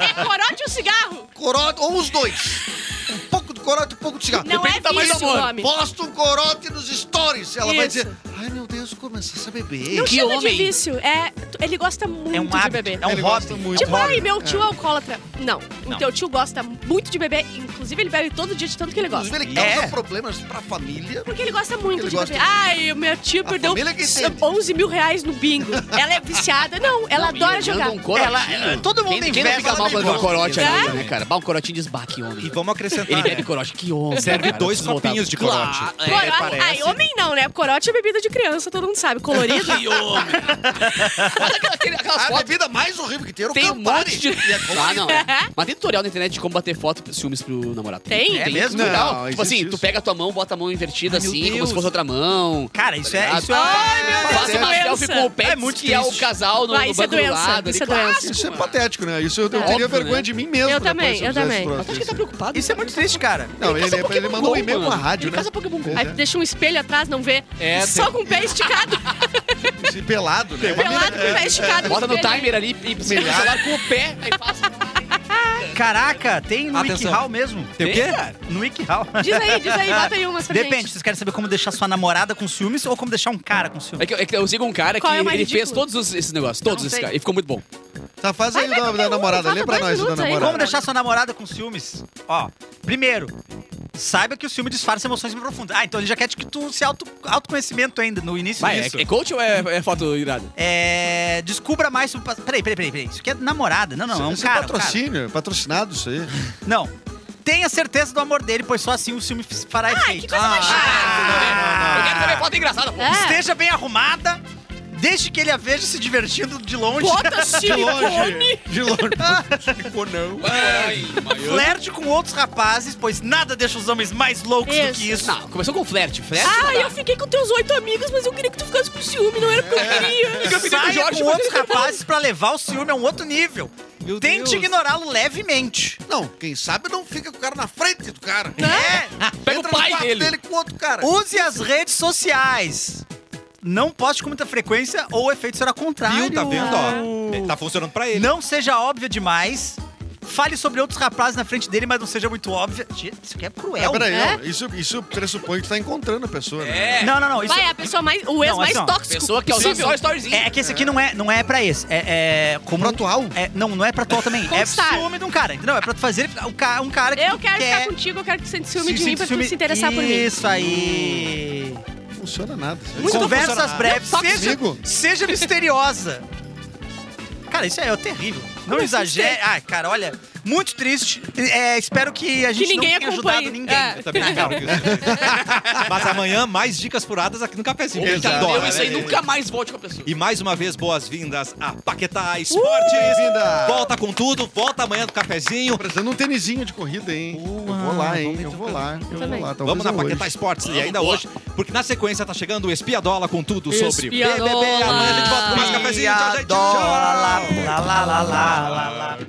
É corote ou cigarro?
Corote ou os dois. Um pouco de corote e um pouco de cigarro.
Não é
do tamanho do
vício o
amor.
nome.
Posta um corote nos stories. Ela vai
Isso.
dizer: Ai meu Deus, começasse a beber.
Não
Que
chama
homem.
de vício. É, tu- ele gosta muito
É um
de
hábito,
beber.
é um
Ele
hobby.
gosta muito.
Tipo, ai, meu
É.
tio é alcoólatra. Não, o teu tio gosta muito de beber. Inclusive, ele bebe todo dia de tanto que ele gosta.
Inclusive, ele causa
É.
problemas pra família.
Porque ele gosta muito
Ele
de
gosta
beber. Ai, o meu tio perdeu
família que entende.
11 mil reais no bingo. Ela é viciada. Não, ela adora jogar.
Um corotinho.
Ela- todo mundo
quem, quem não
investe,
fica
ela
mal
não
fazendo um
gosta.
corote
É.
ainda, né,
Exatamente.
cara? Bah, um corotinho de esbaque,
E
homem.
vamos acrescentar.
Ele
né?
bebe corote, que homem.
Serve
cara,
dois
preciso voltar.
copinhos de
Claro,
corote.
é,
Corote-
parece.
ai, homem não, né? Corote é bebida de de criança, todo mundo sabe. Colorido.
Mas aquela- aquele- aquelas
A
fotos.
bebida mais horrível que tem era o
Tem um
Campari.
monte de. Ah, não. é. Mas tem tutorial na internet de como bater foto e ciúmes pro namorado.
Tem?
É mesmo?
Tutorial.
Não,
tipo
existe
assim, tu
isso.
pega a tua mão, bota a mão invertida
Ai, meu
assim, como
Deus.
se fosse outra mão.
Cara, isso é.
Tá
Isso é...
Ai, meu Deus,
Faça
é
uma selfie
doença.
com o pet,
É muito
que é o
triste.
casal no,
Vai,
no
isso é
banco do
doença,
lado.
isso
ali,
é doença.
clássico,
Isso é
mano.
patético, né? Isso eu, eu
Óbvio,
teria vergonha
né?
de mim mesmo.
Eu
depois
também,
se
eu
fizesse
também.
troço
Mas acho que
desse.
tá preocupado.
Isso é muito triste, cara.
Não, ele,
Caça
ele
Pokémon
mandou um
Go,
e-mail pra
mano.
rádio,
Ele
né?
caça Pokémon Go.
É.
Aí deixa um espelho atrás, não vê.
É,
Só com o pé esticado.
Esse pelado, né?
pelado com o pé esticado.
Bota no
espelho.
timer ali e precisa do celular com o pé. Aí passa.
Caraca, tem no
Atenção.
WikiHow mesmo.
Tem o quê?
No WikiHow.
Diz aí, diz aí, bota aí umas pra
Depende,
gente.
vocês querem saber como deixar sua namorada com ciúmes ou como deixar um cara com ciúmes?
É que, é que eu sigo um cara que
Qual é o mais
ele fez
ridículo?
todos os- esses negócios, todos
Eu não
esses
sei.
caras. E ficou muito bom.
Tá, faz aí o nome da
qualquer um,
namorada.
falta
Lê pra
dois
nós o da
minutos aí,
namorada.
Como deixar sua namorada com ciúmes? Ó, primeiro, saiba que o ciúme disfarça emoções profundas. Ah, então ele já quer que tu se auto, autoconhecimento ainda, no início
Vai,
disso.
é, é coach ou é, é foto irada?
É, descubra mais sobre... Peraí, peraí, peraí, peraí. Isso aqui é namorada. Não, não, é um
Isso
cara. um cara.
patrocínio, patrocinado isso aí.
Não. Tenha certeza do amor dele, pois só assim o ciúme
Ah,
fará efeito.
Eu quero também foto engraçada, pô.
É.
Esteja bem arrumada, deixe que ele a veja se divertindo de longe.
Bota silicone.
De longe. Ficou não.
Ai, maior.
Flerte com outros rapazes, pois nada deixa os homens mais loucos do que isso.
Não, começou com flerte. Flerte.
Ah, eu fiquei com teus oito amigos, mas eu queria que tu ficasse com ciúme, não era porque eu
É.
queria.
Eu pedi pro
Saia
Jorge,
com
mas
outros
ele-
rapazes pra levar o ciúme a um outro nível. Tente ignorá-lo levemente.
Não, quem sabe não fica com o cara na frente do cara.
É.
Pega o
Entra
pai
no quarto
dele.
com outro cara.
Use as redes sociais. Não poste com muita frequência ou o efeito será contrário.
Viu? Tá vendo? Ó, tá funcionando pra ele.
Não seja óbvio demais. Fale sobre outros rapazes na frente dele, mas não seja muito óbvio. Gente, Isso aqui é
Ah,
cruel.
peraí,
É?
não, isso, isso pressupõe que tu tá encontrando a pessoa, né?
É.
Não, não, não. Isso
Vai, é a pessoa mais. O ex
Não,
mais
assim, ó,
tóxico.
Pessoa que é usar só storyzinho.
é que esse aqui não é, não é pra esse. É, é como
Pro atual?
É, não, não é pra atual também. é
Conquistar.
ciúme de um cara, entendeu? É pra tu fazer ele ficar- o ca- um cara que
Eu quero
quer
ficar contigo, eu quero que tu sente ciúme
se
de mim
sentir
pra tu
ciúme.
se interessar por mim.
Isso aí.
Não funciona nada. isso aí.
Muito
Conversas
funcionário.
breves.
Não,
Seja,
tóxico.
seja misteriosa. Cara, isso aí é terrível.
assim
Não exagere. Ah, cara, olha, muito triste. É, espero que a gente
ninguém
não tenha
acompanhe.
ajudado ninguém.
É.
Eu também quero que isso- Mas amanhã, mais dicas furadas aqui no Cafezinho. que a gente
Exato.
adora,
Meu, isso aí
né?
nunca mais volte com a pessoa.
E mais uma vez, boas-vindas a Paquetá Esportes.
Bem-vinda.
Volta com tudo, volta amanhã do cafezinho.
Tô precisando de um tênisinho de corrida, hein? eu vou lá, hein? Eu vou lá. Eu vou
Também.
lá.
Vamos
Talvez
na
eu
Paquetá
hoje.
Esportes e
Então, Vamos,
ainda
boa.
hoje, porque na sequência tá chegando o Espiadola com tudo sobre
Espiadola.
BBB. Amanhã a gente volta com mais cafezinho. Tchau, gente. Tchau.
Piadola, lá, lá, lá, lá, lá, lá.